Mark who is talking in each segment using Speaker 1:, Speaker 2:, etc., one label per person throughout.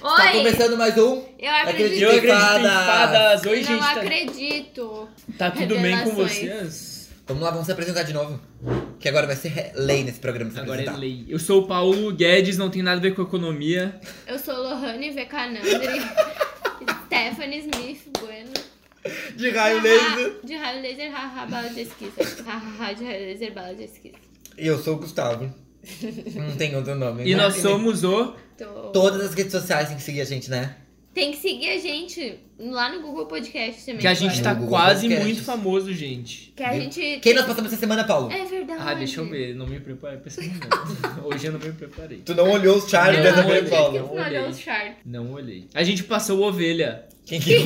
Speaker 1: Tá
Speaker 2: Oi!
Speaker 1: começando mais um.
Speaker 2: Eu
Speaker 1: Acredito
Speaker 2: acredito.
Speaker 1: em
Speaker 3: Eu acredito em
Speaker 1: fadas.
Speaker 3: fadas. Oi,
Speaker 2: não
Speaker 3: gente. tá-
Speaker 2: acredito.
Speaker 3: Tá, tudo bem com
Speaker 2: Revelações.
Speaker 3: vocês?
Speaker 1: Vamos lá, vamos se apresentar de novo. Que agora vai ser lei nesse programa. Se
Speaker 3: Agora é
Speaker 1: apresentar.
Speaker 3: lei. Eu sou o Paulo Guedes, não tem nada a ver com economia.
Speaker 2: Eu sou Lohane Vecanandri. Stephanie Smith Bueno.
Speaker 1: De
Speaker 2: Ha,
Speaker 1: raio laser.
Speaker 2: De raio laser, haha, bala de esquiza. Haha, de raio laser, bala de esquiza.
Speaker 1: E eu sou o Gustavo. Não tem outro nome.
Speaker 3: E
Speaker 1: Não
Speaker 3: nós
Speaker 1: tem
Speaker 3: somos o.
Speaker 2: Tô-
Speaker 1: Todas as redes sociais têm que seguir a gente, né?
Speaker 2: Tem que seguir a gente lá no Google Podcast também.
Speaker 3: Que a gente
Speaker 1: No
Speaker 3: tá
Speaker 1: É Google
Speaker 3: quase
Speaker 1: Podcast.
Speaker 3: muito famoso, gente.
Speaker 2: Que a gente-
Speaker 1: Quem nós passamos essa semana, Paulo?
Speaker 2: É verdade.
Speaker 3: Ah, deixa eu ver. Não me preparei pra esse momento. Hoje eu não me preparei.
Speaker 1: Tu não olhou os
Speaker 2: Eu
Speaker 1: charts
Speaker 3: Ai,
Speaker 2: não
Speaker 3: Deus,
Speaker 1: dessa
Speaker 3: eu
Speaker 1: vez,
Speaker 2: acredito
Speaker 3: olhei.
Speaker 2: que
Speaker 1: Paulo.
Speaker 2: tu não olhou os charts.
Speaker 3: Não olhei. A gente passou o ovelha.
Speaker 1: Quem que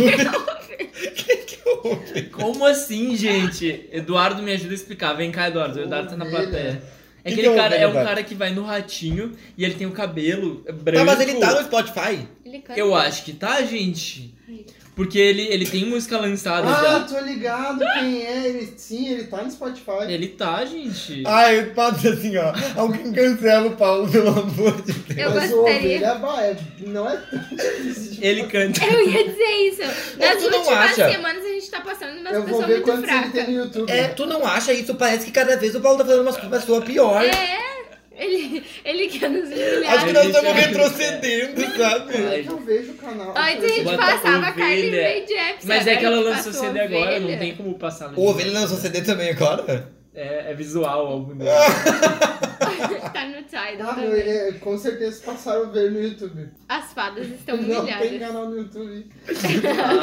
Speaker 1: Quem que ouve?
Speaker 3: Como assim, gente? Eduardo me ajuda a explicar. Vem cá, Eduardo. O Eduardo tá na
Speaker 1: Ovelha.
Speaker 3: plateia. É
Speaker 1: Que
Speaker 3: aquele
Speaker 1: que é
Speaker 3: cara, é um
Speaker 1: ovelha,
Speaker 3: cara que vai no ratinho e ele tem o cabelo
Speaker 1: Tá,
Speaker 3: branco.
Speaker 1: mas ele tá no Spotify?
Speaker 2: Ele canta.
Speaker 3: Eu acho que tá, gente.
Speaker 2: Ai.
Speaker 3: Porque ele, ele tem música lançada já.
Speaker 4: Ah, tô ligado quem é. Ele, sim, ele tá no
Speaker 1: é-
Speaker 4: Spotify.
Speaker 3: Ele tá, gente.
Speaker 1: Ai, Paulo assim, ó. Alguém cancela o Paulo, pelo amor de Deus.
Speaker 2: Eu
Speaker 4: Mas o
Speaker 2: gostaria.
Speaker 4: Ovelha vai, é- não é tão difícil de
Speaker 3: Ele canta.
Speaker 2: Eu ia dizer isso. Nas
Speaker 1: tu não
Speaker 2: últimas
Speaker 1: acha?
Speaker 2: semanas a gente tá passando uma
Speaker 4: Eu vou
Speaker 2: situação
Speaker 4: ver
Speaker 2: muito
Speaker 4: quantos ele tem
Speaker 2: fraca.
Speaker 4: no YouTube.
Speaker 1: É, tu não acha isso? Parece que cada vez o Paulo tá fazendo umas pessoas pior.
Speaker 2: É, ele, ele quer nos
Speaker 1: Acho
Speaker 2: humilhar.
Speaker 1: que nós
Speaker 3: Ele
Speaker 1: estamos
Speaker 3: já-
Speaker 1: retrocedendo, sabe?
Speaker 4: Como é que eu vejo o canal.
Speaker 2: Antes a gente
Speaker 3: Bota
Speaker 2: passava Kylie
Speaker 3: ovelha.
Speaker 2: Ray Jepsen.
Speaker 3: Mas é que ela
Speaker 2: agora
Speaker 3: lançou
Speaker 2: passou
Speaker 3: CD agora,
Speaker 2: ovelha.
Speaker 3: não tem como passar no
Speaker 1: O Ovelha lançou CD também agora?
Speaker 3: É, é visual o álbum dele.
Speaker 2: tá no Tidal
Speaker 4: Ah, meu,
Speaker 2: também.
Speaker 4: é, com certeza passaram a ver no YouTube.
Speaker 2: As fadas estão
Speaker 4: não tem
Speaker 2: humilhadas.
Speaker 4: canal no YouTube.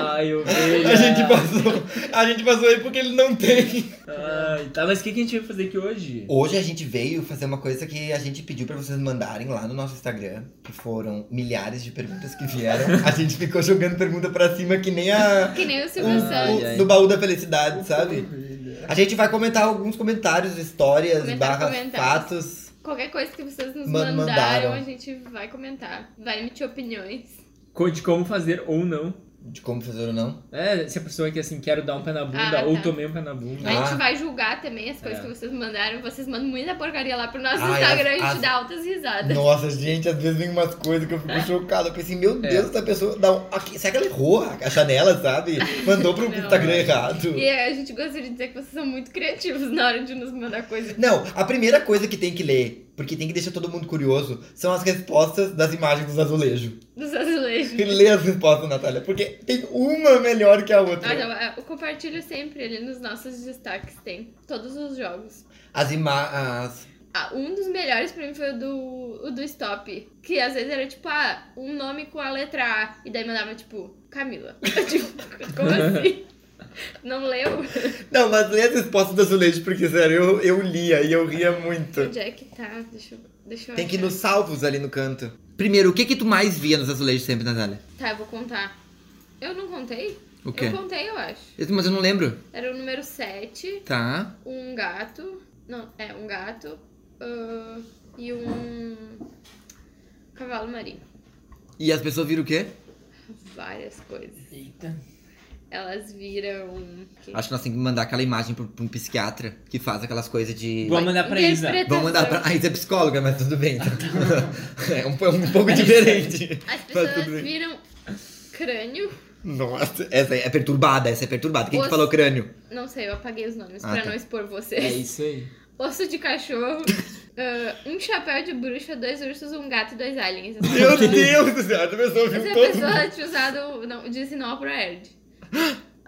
Speaker 3: Ai, ovelha.
Speaker 1: A gente passou. A gente passou aí porque ele não tem.
Speaker 3: Ai, tá, mas o que, que a gente vai fazer aqui hoje?
Speaker 1: Hoje a gente veio fazer uma coisa que a gente pediu pra vocês mandarem lá no nosso Instagram, que foram milhares de perguntas que vieram. A gente ficou jogando pergunta pra cima que nem a.
Speaker 2: Que nem o
Speaker 1: o-
Speaker 2: Silvio Santos.
Speaker 1: o-
Speaker 3: ai.
Speaker 1: do baú da felicidade, sabe?
Speaker 4: Ovelha.
Speaker 1: A gente vai comentar alguns comentários, histórias,
Speaker 2: Comentário,
Speaker 1: barra
Speaker 2: comentários.
Speaker 1: fatos.
Speaker 2: Qualquer coisa que vocês nos
Speaker 1: Man-
Speaker 2: mandaram,
Speaker 1: mandaram.
Speaker 2: a gente vai comentar. Vai emitir opiniões.
Speaker 3: Co- De como fazer ou não.
Speaker 1: De como fazer ou não.
Speaker 3: É, se a pessoa que assim, quero dar um pé na bunda
Speaker 2: Ah,
Speaker 3: ou
Speaker 2: tá.
Speaker 3: tomei um pé na
Speaker 2: A
Speaker 3: bunda.
Speaker 1: Ah.
Speaker 2: gente vai julgar também as coisas
Speaker 3: É.
Speaker 2: que vocês mandaram. Vocês mandam muita porcaria lá pro nosso
Speaker 1: Ai,
Speaker 2: Instagram
Speaker 1: as-
Speaker 2: e a gente
Speaker 1: as-
Speaker 2: dá altas risadas.
Speaker 1: Nossa, gente, às vezes vem umas coisas que eu fico chocado. Eu pensei, meu Deus, essa pessoa. Dá um... aqui- Será que ela errou a a janela, sabe? Mandou pro
Speaker 2: Não.
Speaker 1: Instagram errado.
Speaker 2: E a gente gostaria de dizer que vocês são muito criativos na hora de nos mandar coisa.
Speaker 1: Não, a primeira coisa que tem que ler, porque tem que deixar todo mundo curioso, são as respostas das imagens dos azulejos.
Speaker 2: dos azulejos.
Speaker 1: Lê as respostas, Natália, porque tem uma melhor que a
Speaker 2: Ah,
Speaker 1: outra.
Speaker 2: não, é, eu compartilho sempre ali nos nossos destaques, tem todos os jogos.
Speaker 1: As imagens.
Speaker 2: Ah, um dos melhores pra mim foi o do, o do Stop, que às vezes era tipo, ah, um nome com a letra A, e daí mandava tipo, Camila. tipo, como assim? Não leu?
Speaker 1: Não, mas lê as respostas do azulejo, porque sério, eu, eu lia e eu ria muito.
Speaker 2: Onde é que tá? Deixa eu, deixa eu
Speaker 1: Tem que ir
Speaker 2: achar.
Speaker 1: nos salvos ali no canto. Primeiro, o que que tu mais via nos azulejos sempre, Natália?
Speaker 2: Tá, eu vou contar. Eu não contei?
Speaker 1: O quê?
Speaker 2: Eu contei, eu acho.
Speaker 1: Eu- Mas eu não lembro.
Speaker 2: Era o número 7,
Speaker 1: Tá.
Speaker 2: um gato. Não, é, um gato. ah, e um cavalo marinho.
Speaker 1: E as pessoas viram o quê?
Speaker 2: Várias coisas.
Speaker 3: Eita.
Speaker 2: Elas viram. um
Speaker 1: Acho que nós temos que mandar aquela imagem pra, pra um psiquiatra que faz aquelas coisas de.
Speaker 3: Vou mandar pra Isa.
Speaker 2: Interpretação.
Speaker 1: Vamos mandar pra. A Isa é psicóloga, mas tudo bem. tá? é um, po- um pouco diferente.
Speaker 2: As
Speaker 1: Mas Tá, tudo
Speaker 2: pessoas
Speaker 1: bem.
Speaker 2: viram crânio.
Speaker 1: Nossa, essa é perturbada, essa é perturbada. Quem que
Speaker 2: Os-
Speaker 1: falou crânio?
Speaker 2: Não sei, eu apaguei os nomes
Speaker 1: Ah,
Speaker 2: pra
Speaker 1: tá.
Speaker 2: não expor
Speaker 3: É
Speaker 2: vocês.
Speaker 3: isso aí.
Speaker 2: Osso de cachorro. ah, um chapéu de bruxa, dois ursos, um gato e dois aliens.
Speaker 1: Meu Deus do céu, essa pessoa
Speaker 2: Mas a
Speaker 1: viu todo.
Speaker 2: pessoa tinha usado. Não, disse não pro Erd.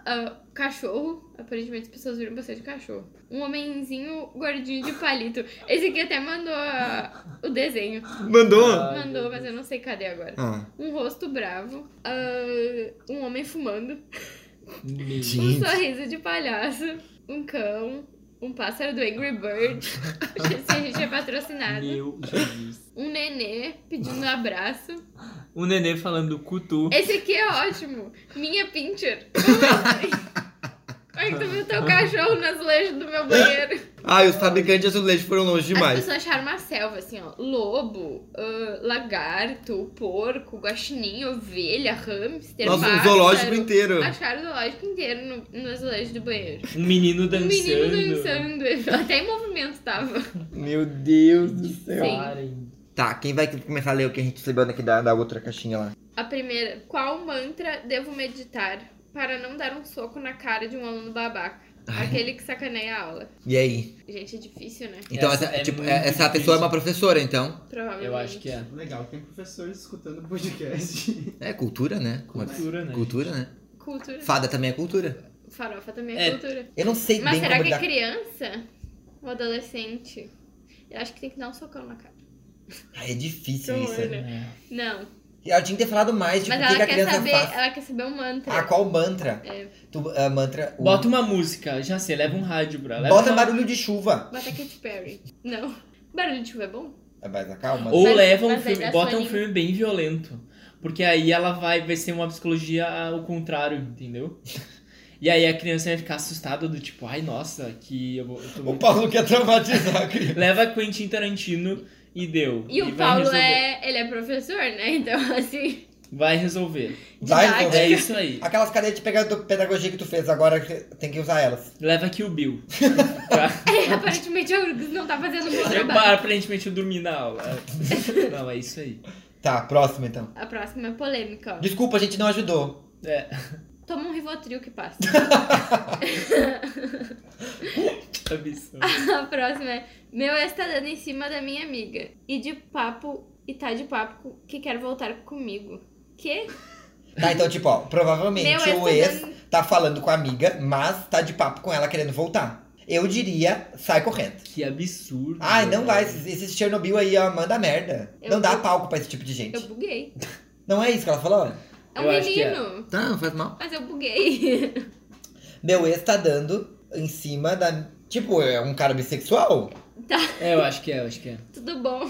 Speaker 2: Ah, cachorro. Aparentemente as pessoas viram bastante cachorro. Um homenzinho gordinho de palito. Esse aqui até mandou ah, o desenho.
Speaker 1: Mandou?
Speaker 3: Ai,
Speaker 2: Mandou,
Speaker 3: meu
Speaker 2: mas eu não sei cadê agora.
Speaker 1: Ah,
Speaker 2: Um rosto bravo. ah, um homem fumando.
Speaker 3: Deus.
Speaker 2: Um
Speaker 1: gente.
Speaker 2: sorriso de palhaço. Um cão. Um pássaro do Angry Bird. Se a gente é patrocinado.
Speaker 3: Meu Jesus.
Speaker 2: Um nenê pedindo um abraço.
Speaker 3: O nenê falando cutu. um
Speaker 2: Esse aqui é ótimo. Minha pincher. Como é que tu viu teu cachorro nas leis do meu banheiro?
Speaker 1: Ai, os fabricantes de azulejo foram longe
Speaker 2: As
Speaker 1: demais.
Speaker 2: pessoas acharam uma selva, assim, ó. Lobo, ah, lagarto, porco, guaxinim, ovelha, hamster,
Speaker 1: Nossa, um
Speaker 2: pássaro.
Speaker 1: zoológico inteiro.
Speaker 2: Acharam o zoológico inteiro no, no azulejo do banheiro.
Speaker 3: Um menino
Speaker 2: Um
Speaker 3: dançando.
Speaker 2: menino dançando, até em movimento tava.
Speaker 1: Meu Deus do
Speaker 2: Sim.
Speaker 3: Parem.
Speaker 1: Tá, quem vai começar a ler o que a gente recebeu daqui da, da outra caixinha lá?
Speaker 2: A primeira, qual mantra devo meditar para não dar um soco na cara de um aluno babaca? Aquele que sacaneia a aula.
Speaker 1: E aí?
Speaker 2: Gente, é difícil, né?
Speaker 1: Então,
Speaker 3: Essa
Speaker 1: essa,
Speaker 3: é
Speaker 1: tipo,
Speaker 3: muito
Speaker 1: é- essa
Speaker 3: difícil.
Speaker 1: pessoa é uma professora, então?
Speaker 2: Provavelmente.
Speaker 3: Eu acho que
Speaker 2: né?
Speaker 3: é.
Speaker 4: Legal, tem professores escutando o podcast.
Speaker 1: É cultura, né? Uma-
Speaker 3: Cultura, né?
Speaker 1: Cultura, né?
Speaker 2: Cultura.
Speaker 1: Fada também é cultura.
Speaker 2: Farofa também é,
Speaker 3: É.
Speaker 2: cultura.
Speaker 1: Eu não sei
Speaker 2: Mas
Speaker 1: bem
Speaker 2: será
Speaker 1: como
Speaker 2: que é
Speaker 1: lidar-
Speaker 2: criança ou adolescente? Eu acho que tem que dar um socão na cara.
Speaker 1: Ai, é difícil
Speaker 2: Que
Speaker 1: isso.
Speaker 2: horror, né?
Speaker 1: né?
Speaker 3: É.
Speaker 2: Não.
Speaker 1: E Ela tinha que ter falado mais, tipo,
Speaker 2: Mas
Speaker 1: o que, que
Speaker 2: ela
Speaker 1: a
Speaker 2: quer
Speaker 1: criança
Speaker 2: saber.
Speaker 1: faz.
Speaker 2: Ela quer saber o mantra.
Speaker 1: Ah, qual mantra?
Speaker 2: É.
Speaker 1: Tu, ah, mantra... o-
Speaker 3: Bota uma música, já sei, leva um rádio, bro. Leva
Speaker 1: Bota
Speaker 3: uma-
Speaker 1: barulho de chuva. Ah,
Speaker 2: Bota Katy Perry. Não. Barulho de chuva é bom?
Speaker 1: Mas calma. né?
Speaker 3: Ou
Speaker 2: Mas-
Speaker 3: leva um
Speaker 2: mas é aí
Speaker 3: filme,
Speaker 2: dá
Speaker 3: bota um
Speaker 2: soninho.
Speaker 3: filme bem violento. Porque aí ela vai, vai ser uma psicologia ao contrário, entendeu? E aí a criança vai ficar assustada do tipo, ai nossa, que eu, vou, eu tô
Speaker 1: O
Speaker 3: muito-"
Speaker 1: Paulo quer traumatizar a criança.
Speaker 3: Leva Quentin Tarantino e deu.
Speaker 2: E, o
Speaker 3: vai
Speaker 2: Paulo
Speaker 3: resolver.
Speaker 2: é. Ele é professor, né? Então, assim.
Speaker 3: Vai resolver.
Speaker 1: Vai
Speaker 2: didático.
Speaker 1: resolver.
Speaker 3: É isso aí.
Speaker 1: Aquelas cadeias de pega- pedagogia que tu fez agora, que tem que usar elas.
Speaker 3: Leva aqui o Bill.
Speaker 2: É, aparentemente a Urgus não tá fazendo um bom
Speaker 3: Eu,
Speaker 2: trabalho.
Speaker 3: aparentemente eu dormi na aula. Não, é isso aí.
Speaker 1: Tá, próximo então.
Speaker 2: A próxima é polêmica, ó.
Speaker 1: Desculpa, a gente não ajudou.
Speaker 3: É,
Speaker 2: Toma um Rivotril que passa.
Speaker 3: absurdo.
Speaker 2: A próxima é: Meu ex tá dando em cima da minha amiga. E de papo. E tá de papo co- que quer voltar comigo. Que?
Speaker 1: Tá, então, tipo, ó,
Speaker 2: Meu
Speaker 1: provavelmente
Speaker 2: ex
Speaker 1: o
Speaker 2: tá
Speaker 1: ex
Speaker 2: dando.
Speaker 1: tá falando com a amiga, mas tá de papo com ela querendo voltar. Eu diria, sai correndo.
Speaker 3: Que absurdo.
Speaker 1: Ai, não vai,
Speaker 3: velho.
Speaker 1: esses esses Chernobyl aí, ó, manda merda.
Speaker 2: Eu
Speaker 1: não dá
Speaker 2: vou-
Speaker 1: palco pra esse tipo de gente.
Speaker 2: Eu buguei.
Speaker 1: Não é isso que ela falou?
Speaker 2: É um
Speaker 3: Eu acho que é.
Speaker 2: menino.
Speaker 1: Tá, não faz mal.
Speaker 2: Mas eu buguei.
Speaker 1: Meu ex tá dando em cima da. Tipo, é um cara bissexual?
Speaker 3: É, eu acho que é, eu acho que é.
Speaker 2: Tudo bom.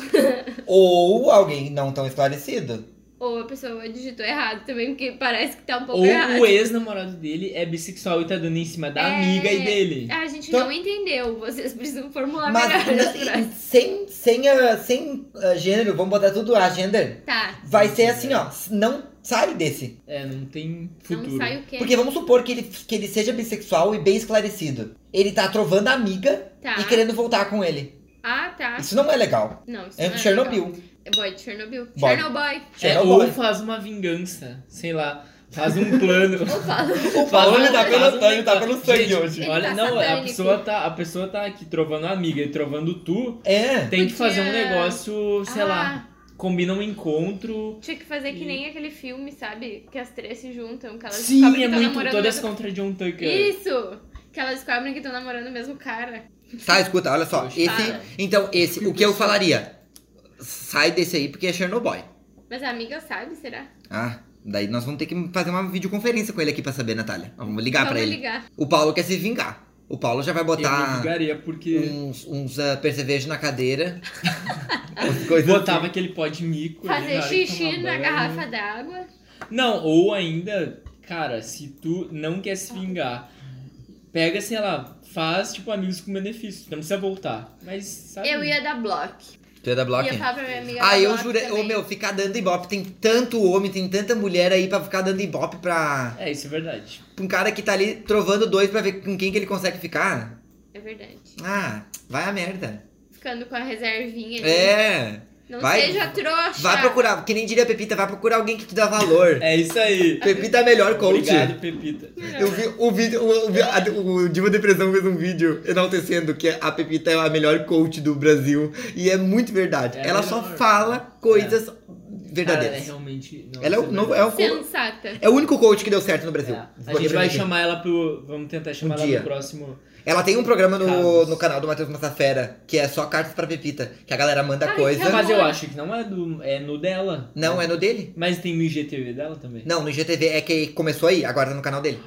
Speaker 1: Ou alguém não tão esclarecido?
Speaker 2: Ou a pessoa digitou errado também, porque parece que tá um pouco
Speaker 3: Ou
Speaker 2: errado.
Speaker 3: o ex-namorado dele é bissexual e tá dando em cima da
Speaker 2: É.
Speaker 3: amiga e dele.
Speaker 2: Ah, A gente
Speaker 1: Então-
Speaker 2: não entendeu. Vocês precisam formular
Speaker 1: Mas
Speaker 2: melhor as
Speaker 1: na-
Speaker 2: frases.
Speaker 1: sem, sem, ah, sem ah, gênero, vamos botar tudo a gender.
Speaker 2: Tá.
Speaker 1: Vai ser assim, ó. Não sai desse.
Speaker 3: É, não tem
Speaker 2: um
Speaker 3: futuro.
Speaker 2: Não sai o quê?
Speaker 1: Porque vamos supor que ele, que ele seja bissexual e bem esclarecido. Ele tá trovando a amiga
Speaker 2: Tá.
Speaker 1: e querendo voltar com ele.
Speaker 2: Ah, tá.
Speaker 1: Isso não é legal.
Speaker 2: Não, isso
Speaker 1: É
Speaker 2: não
Speaker 1: do
Speaker 2: é
Speaker 1: Chernobyl.
Speaker 2: legal. Boy de Chernobyl.
Speaker 1: Boy.
Speaker 2: Chernobyl.
Speaker 3: É,
Speaker 1: Chernobyl.
Speaker 3: ou faz uma vingança, sei lá, faz um plano.
Speaker 2: Eu falo.
Speaker 1: O
Speaker 3: Faz um-
Speaker 1: Paulo tá
Speaker 3: faz um
Speaker 1: pelo sangue, tá
Speaker 3: negócio.
Speaker 1: pelo sangue
Speaker 3: Gente,
Speaker 1: hoje.
Speaker 2: Ele
Speaker 3: Olha,
Speaker 2: tá
Speaker 3: não, a
Speaker 2: satânico.
Speaker 3: pessoa, tá, a pessoa tá aqui trovando a amiga e trovando tu.
Speaker 1: É.
Speaker 3: Tem que fazer um
Speaker 2: Podia-
Speaker 3: negócio, sei lá,
Speaker 2: Ah,
Speaker 3: combina um encontro.
Speaker 2: Tinha que fazer que
Speaker 3: E-
Speaker 2: nem aquele filme, sabe? Que as três se juntam, que elas descobrem
Speaker 3: Sim, é
Speaker 2: que tão
Speaker 3: muito.
Speaker 2: namorando
Speaker 3: Todas
Speaker 2: o
Speaker 3: contra John
Speaker 2: mesmo-
Speaker 3: Tucker.
Speaker 2: Isso! Que elas descobrem que estão namorando o mesmo cara.
Speaker 1: Tá, escuta, olha só.
Speaker 3: Poxa.
Speaker 2: Fala.
Speaker 1: Esse, então, esse, o que eu falaria? Sai desse aí porque é Chernobyl.
Speaker 2: Mas a amiga sabe, será?
Speaker 1: Ah, daí nós vamos ter que fazer uma videoconferência com ele aqui pra saber, Natália. Vamos ligar
Speaker 2: Vamos
Speaker 1: pra ele.
Speaker 2: ligar.
Speaker 1: O Paulo quer se vingar. O Paulo já vai
Speaker 3: Eu me
Speaker 1: botar
Speaker 3: ligaria porque
Speaker 1: uns, uns ah, percevejos na cadeira. Umas coisas assim.
Speaker 3: botava aquele pó de mico. ali
Speaker 2: Fazer
Speaker 3: hora de
Speaker 2: xixi
Speaker 3: tomar
Speaker 2: na
Speaker 3: banho.
Speaker 2: garrafa d'água.
Speaker 3: Não, ou ainda, cara, se tu não quer se vingar, pega, sei lá, faz tipo amigos com benefício. Tu não precisa voltar. Mas sabe.
Speaker 2: Eu ia dar block.
Speaker 1: assim. Tu é da Block?
Speaker 2: Ia falar pra minha amiga.
Speaker 1: Ah,
Speaker 2: dar
Speaker 1: eu
Speaker 2: block
Speaker 1: jurei. Ô,
Speaker 2: também.
Speaker 1: meu, ficar dando ibope. Tem tanto homem, tem tanta mulher aí pra ficar dando ibope pra,
Speaker 3: É, isso é verdade.
Speaker 1: pra um cara que tá ali trovando dois pra ver com quem que ele consegue ficar.
Speaker 2: É verdade.
Speaker 1: Ah, vai a merda.
Speaker 2: Ficando com a reservinha ali.
Speaker 1: É.
Speaker 2: Não
Speaker 1: vai-
Speaker 2: seja trouxa.
Speaker 1: Vai procurar, que nem diria a Pepita, vai procurar alguém que te dá valor.
Speaker 3: É isso aí.
Speaker 1: Pepita é a melhor coach.
Speaker 3: Obrigado, Pepita.
Speaker 1: Eu vi o vídeo, o, o, vi- a- o Diva Depressão fez um vídeo enaltecendo que a Pepita é a melhor coach do Brasil. E é muito verdade.
Speaker 3: É a
Speaker 1: ela só
Speaker 3: melhor.
Speaker 1: fala coisas
Speaker 3: Cara, ela é
Speaker 1: verdadeiras.
Speaker 3: realmente. não,
Speaker 1: ela é
Speaker 3: isso
Speaker 1: o, novo, é, o, co-
Speaker 2: Sensata.
Speaker 1: é o único coach que deu certo no Brasil.
Speaker 3: É. A
Speaker 1: Vou
Speaker 3: gente vai
Speaker 1: repetir.
Speaker 3: chamar ela pro. Vamos tentar chamar ela
Speaker 1: Um dia.
Speaker 3: pro próximo.
Speaker 1: Ela tem um programa no,
Speaker 3: Carlos.
Speaker 1: no canal do Matheus Massafera, que é só cartas pra Pepita, que a galera manda
Speaker 2: Ai,
Speaker 1: coisa.
Speaker 2: que amor.
Speaker 3: Mas eu acho que não é do. É no dela.
Speaker 1: Não, é no dele?
Speaker 3: Mas tem no IGTV dela também.
Speaker 1: Não, no IGTV é que começou aí, agora tá no canal dele.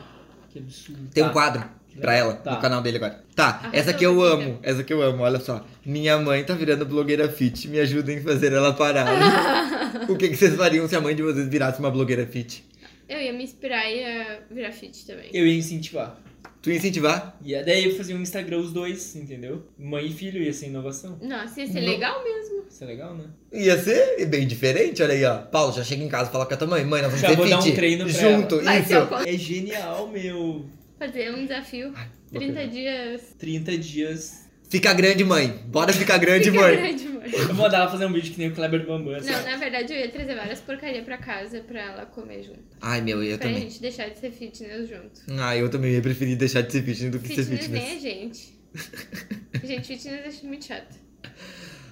Speaker 3: Que absurdo.
Speaker 1: Tem
Speaker 3: Tá.
Speaker 1: um quadro pra ela
Speaker 3: Tá.
Speaker 1: no canal dele agora. Tá,
Speaker 2: Arrasou,
Speaker 1: essa que eu
Speaker 2: amiga.
Speaker 1: amo, essa que eu amo, olha só. Minha mãe tá virando blogueira fit, me ajudem a fazer ela parar. o que, que vocês fariam se a mãe de vocês virasse uma blogueira fit?
Speaker 2: Eu ia me inspirar e ia virar fit também.
Speaker 3: Eu ia incentivar.
Speaker 1: Tu ia incentivar?
Speaker 3: E aí daí eu fazia um Instagram os dois, entendeu? Mãe e filho ia ser inovação.
Speaker 2: Nossa, ia ser
Speaker 1: Não.
Speaker 2: legal mesmo.
Speaker 3: Isso é legal, né?
Speaker 1: Ia ser bem diferente, olha aí, ó. Paulo, já chega em casa e fala com a tua mãe. Mãe, nós vamos
Speaker 3: Já
Speaker 1: ter
Speaker 3: vou dar um
Speaker 1: fit.
Speaker 3: treino pra
Speaker 1: Junto,
Speaker 2: Vai
Speaker 1: isso.
Speaker 2: ser um co-
Speaker 3: É genial, meu.
Speaker 2: fazer um desafio.
Speaker 1: boa
Speaker 2: 30 dias.
Speaker 3: 30 dias.
Speaker 1: Fica grande, mãe. Bora ficar grande,
Speaker 2: Fica
Speaker 1: mãe.
Speaker 2: grande, mãe.
Speaker 3: Eu mandava fazer um vídeo que nem o Kleber Bambam. assim.
Speaker 2: Não, na verdade eu ia trazer várias porcarias pra casa pra ela comer junto.
Speaker 1: Ai, meu, eu
Speaker 2: pra
Speaker 1: também.
Speaker 2: gente deixar de ser fitness junto.
Speaker 1: Ah, eu também ia preferir deixar de ser fitness do que ser
Speaker 2: Fitness nem
Speaker 1: fitness.
Speaker 2: é gente. gente, fitness acho muito chato.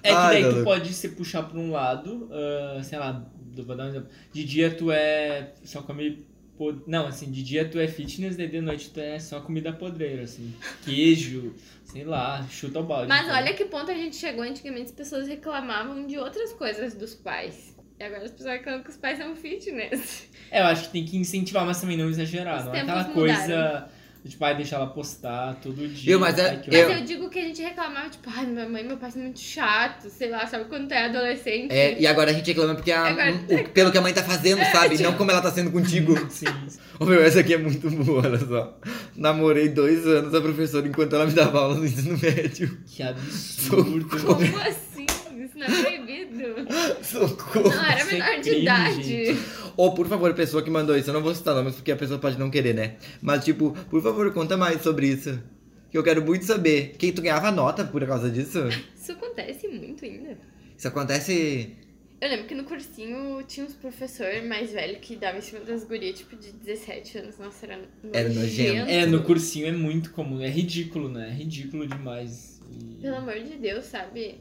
Speaker 3: É que
Speaker 1: Ai,
Speaker 3: daí
Speaker 1: tá
Speaker 3: tu
Speaker 1: louco.
Speaker 3: pode se puxar pra um lado, ah, sei lá, eu vou dar um exemplo. De dia tu é só come. pod- Não, assim, de dia tu é fitness, daí de noite tu é só comida podreira, assim. Queijo, sei lá, chuta o balde.
Speaker 2: Mas
Speaker 3: sabe?
Speaker 2: olha que ponto a gente chegou. Antigamente as pessoas reclamavam de outras coisas dos pais. E agora as pessoas reclamam que os pais são fitness.
Speaker 3: É, eu acho que tem que incentivar, mas também não exagerar.
Speaker 2: Os
Speaker 3: não é
Speaker 2: tempos
Speaker 3: aquela coisa. Tipo, vai deixar ela postar todo dia.
Speaker 1: Eu, mas é-
Speaker 3: ai, que
Speaker 2: Mas
Speaker 1: Eu-
Speaker 2: eu... digo que a gente reclamava, tipo, ai, minha mãe e meu pai são muito chatos, sei lá, sabe quando tu é adolescente.
Speaker 1: É, e agora a gente reclama porque a-
Speaker 2: Agora-
Speaker 1: o- pelo que a mãe tá fazendo, sabe? Não como ela tá sendo contigo.
Speaker 3: Sim, sim.
Speaker 1: Ô meu, essa aqui é muito boa, olha só. Namorei dois anos a professora enquanto ela me dava aula no ensino médio.
Speaker 3: Que absurdo.
Speaker 2: Como assim? Isso não é proibido.
Speaker 1: Socorro.
Speaker 2: Não, era
Speaker 3: Isso é
Speaker 2: menor de
Speaker 3: crime,
Speaker 2: idade.
Speaker 3: gente.
Speaker 1: Ou, por favor, pessoa que mandou isso, eu não vou citar nomes porque a pessoa pode não querer, né? Mas, tipo, por favor, conta mais sobre isso. Que eu quero muito saber. Quem tu ganhava nota por causa disso?
Speaker 2: Isso acontece muito ainda.
Speaker 1: Isso acontece.
Speaker 2: Eu lembro que no cursinho tinha uns professores mais velhos que dava em cima das gurias, tipo, de 17 anos. Nossa, era nojento.
Speaker 1: Era nojento.
Speaker 3: É, no cursinho é muito comum. É ridículo, né? É ridículo demais. E-
Speaker 2: Pelo amor de Deus, sabe?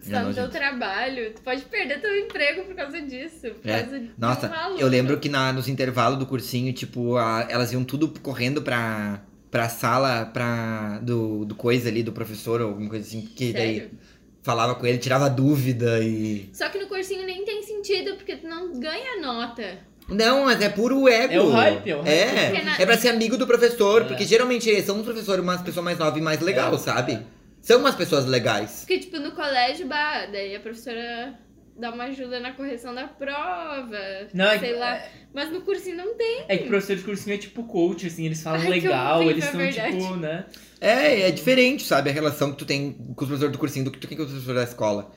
Speaker 2: Você
Speaker 1: Era
Speaker 2: tá no teu
Speaker 1: nojento.
Speaker 2: trabalho, tu pode perder teu emprego por causa disso. Por
Speaker 1: É.
Speaker 2: causa de
Speaker 1: Nossa,
Speaker 2: um aluno.
Speaker 1: eu lembro que na, nos intervalos do cursinho, tipo, a- elas iam tudo correndo pra, pra sala pra, do, do coisa ali, do professor ou alguma coisa assim. Que daí
Speaker 2: Sério?
Speaker 1: falava com ele, tirava dúvida e.
Speaker 2: Só que no cursinho nem tem sentido, porque tu não ganha nota.
Speaker 1: Não, mas é puro ego.
Speaker 3: É o hype, é o hype.
Speaker 1: É,
Speaker 2: Porque na-
Speaker 1: é pra ser amigo do professor,
Speaker 3: É.
Speaker 1: porque geralmente são os professores umas pessoas mais novas e mais legal,
Speaker 3: É.
Speaker 1: sabe? São umas pessoas legais.
Speaker 2: Porque, tipo, no colégio, bah, daí a professora dá uma ajuda na correção da prova.
Speaker 3: Não, é,
Speaker 2: sei
Speaker 3: que-
Speaker 2: lá. Mas no cursinho não tem.
Speaker 3: é que professor de cursinho é tipo coach, assim, eles falam
Speaker 2: Ai, que
Speaker 3: legal,
Speaker 2: horrível,
Speaker 3: eles
Speaker 2: é
Speaker 3: são
Speaker 2: verdade.
Speaker 3: tipo, né?
Speaker 1: É, é diferente, sabe? A relação que tu tem com os professores do cursinho do que tu tem com os professores da escola.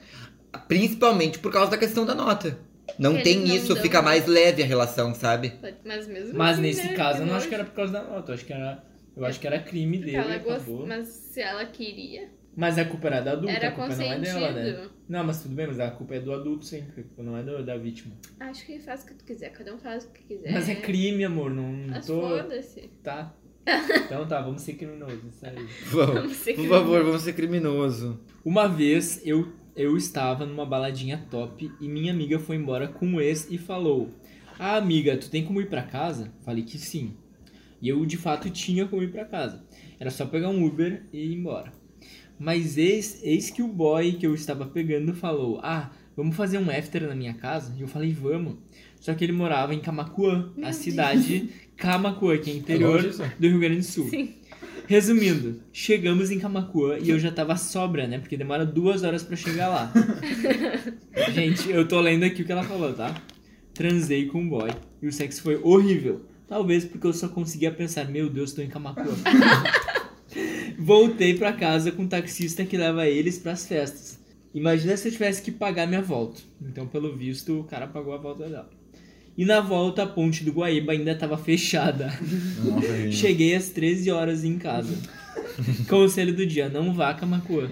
Speaker 1: Principalmente por causa da questão da nota. Não
Speaker 2: Eles
Speaker 1: tem
Speaker 2: não
Speaker 1: isso,
Speaker 2: dão
Speaker 1: fica
Speaker 2: nota.
Speaker 1: mais leve a relação, sabe?
Speaker 2: Mas mesmo
Speaker 3: Mas
Speaker 2: assim,
Speaker 3: nesse
Speaker 2: né,
Speaker 3: caso eu não acho
Speaker 2: nojo.
Speaker 3: que era por causa da nota, eu acho que era. Eu acho que era crime dele.
Speaker 2: ela
Speaker 3: acabou. Tá
Speaker 2: gost... Mas se ela queria,
Speaker 3: Mas a culpa era da adulta,
Speaker 2: era
Speaker 3: a culpa não é dela, né?
Speaker 2: consentido.
Speaker 3: Não, mas tudo bem, mas a culpa é do adulto sempre, a culpa não é do- da vítima.
Speaker 2: Acho que faz o que tu quiser, cada um faz o que quiser.
Speaker 3: Mas é crime, amor, não não
Speaker 2: Mas
Speaker 3: tô.
Speaker 2: foda-se.
Speaker 3: Tá. Então tá, vamos ser criminosos, isso aí.
Speaker 1: Vamos.
Speaker 2: Vamos ser
Speaker 1: Por
Speaker 2: crime.
Speaker 1: favor, vamos ser criminoso.
Speaker 3: Uma vez eu, eu estava numa baladinha top e minha amiga foi embora com o ex e falou: Ah, amiga, tu tem como ir pra casa? Falei que sim. E eu de fato tinha como ir pra casa. Era só pegar um Uber e ir embora. Mas eis, eis que o boy que eu estava pegando falou: Ah, vamos fazer um after na minha casa? E eu falei: Vamos. Só que ele morava em Camacuã, a
Speaker 2: Deus.
Speaker 3: cidade Camacuã, que é interior do Rio Grande do Sul.
Speaker 2: Sim.
Speaker 3: Resumindo, chegamos em Camacuã e eu já tava sobra, né? Porque demora duas horas pra chegar lá. Gente, eu tô lendo aqui o que ela falou, tá? Transei com um boy e o sexo foi horrível. Talvez porque eu só conseguia pensar, meu Deus, tô em Camacuã. Voltei pra casa com o taxista que leva eles pras festas. Imagina se eu tivesse que pagar minha volta. Então, pelo visto, o cara pagou a volta dela. E na volta, a ponte do Guaíba ainda tava fechada. Cheguei às 13 horas em casa. Conselho do dia, não vá Camacuã.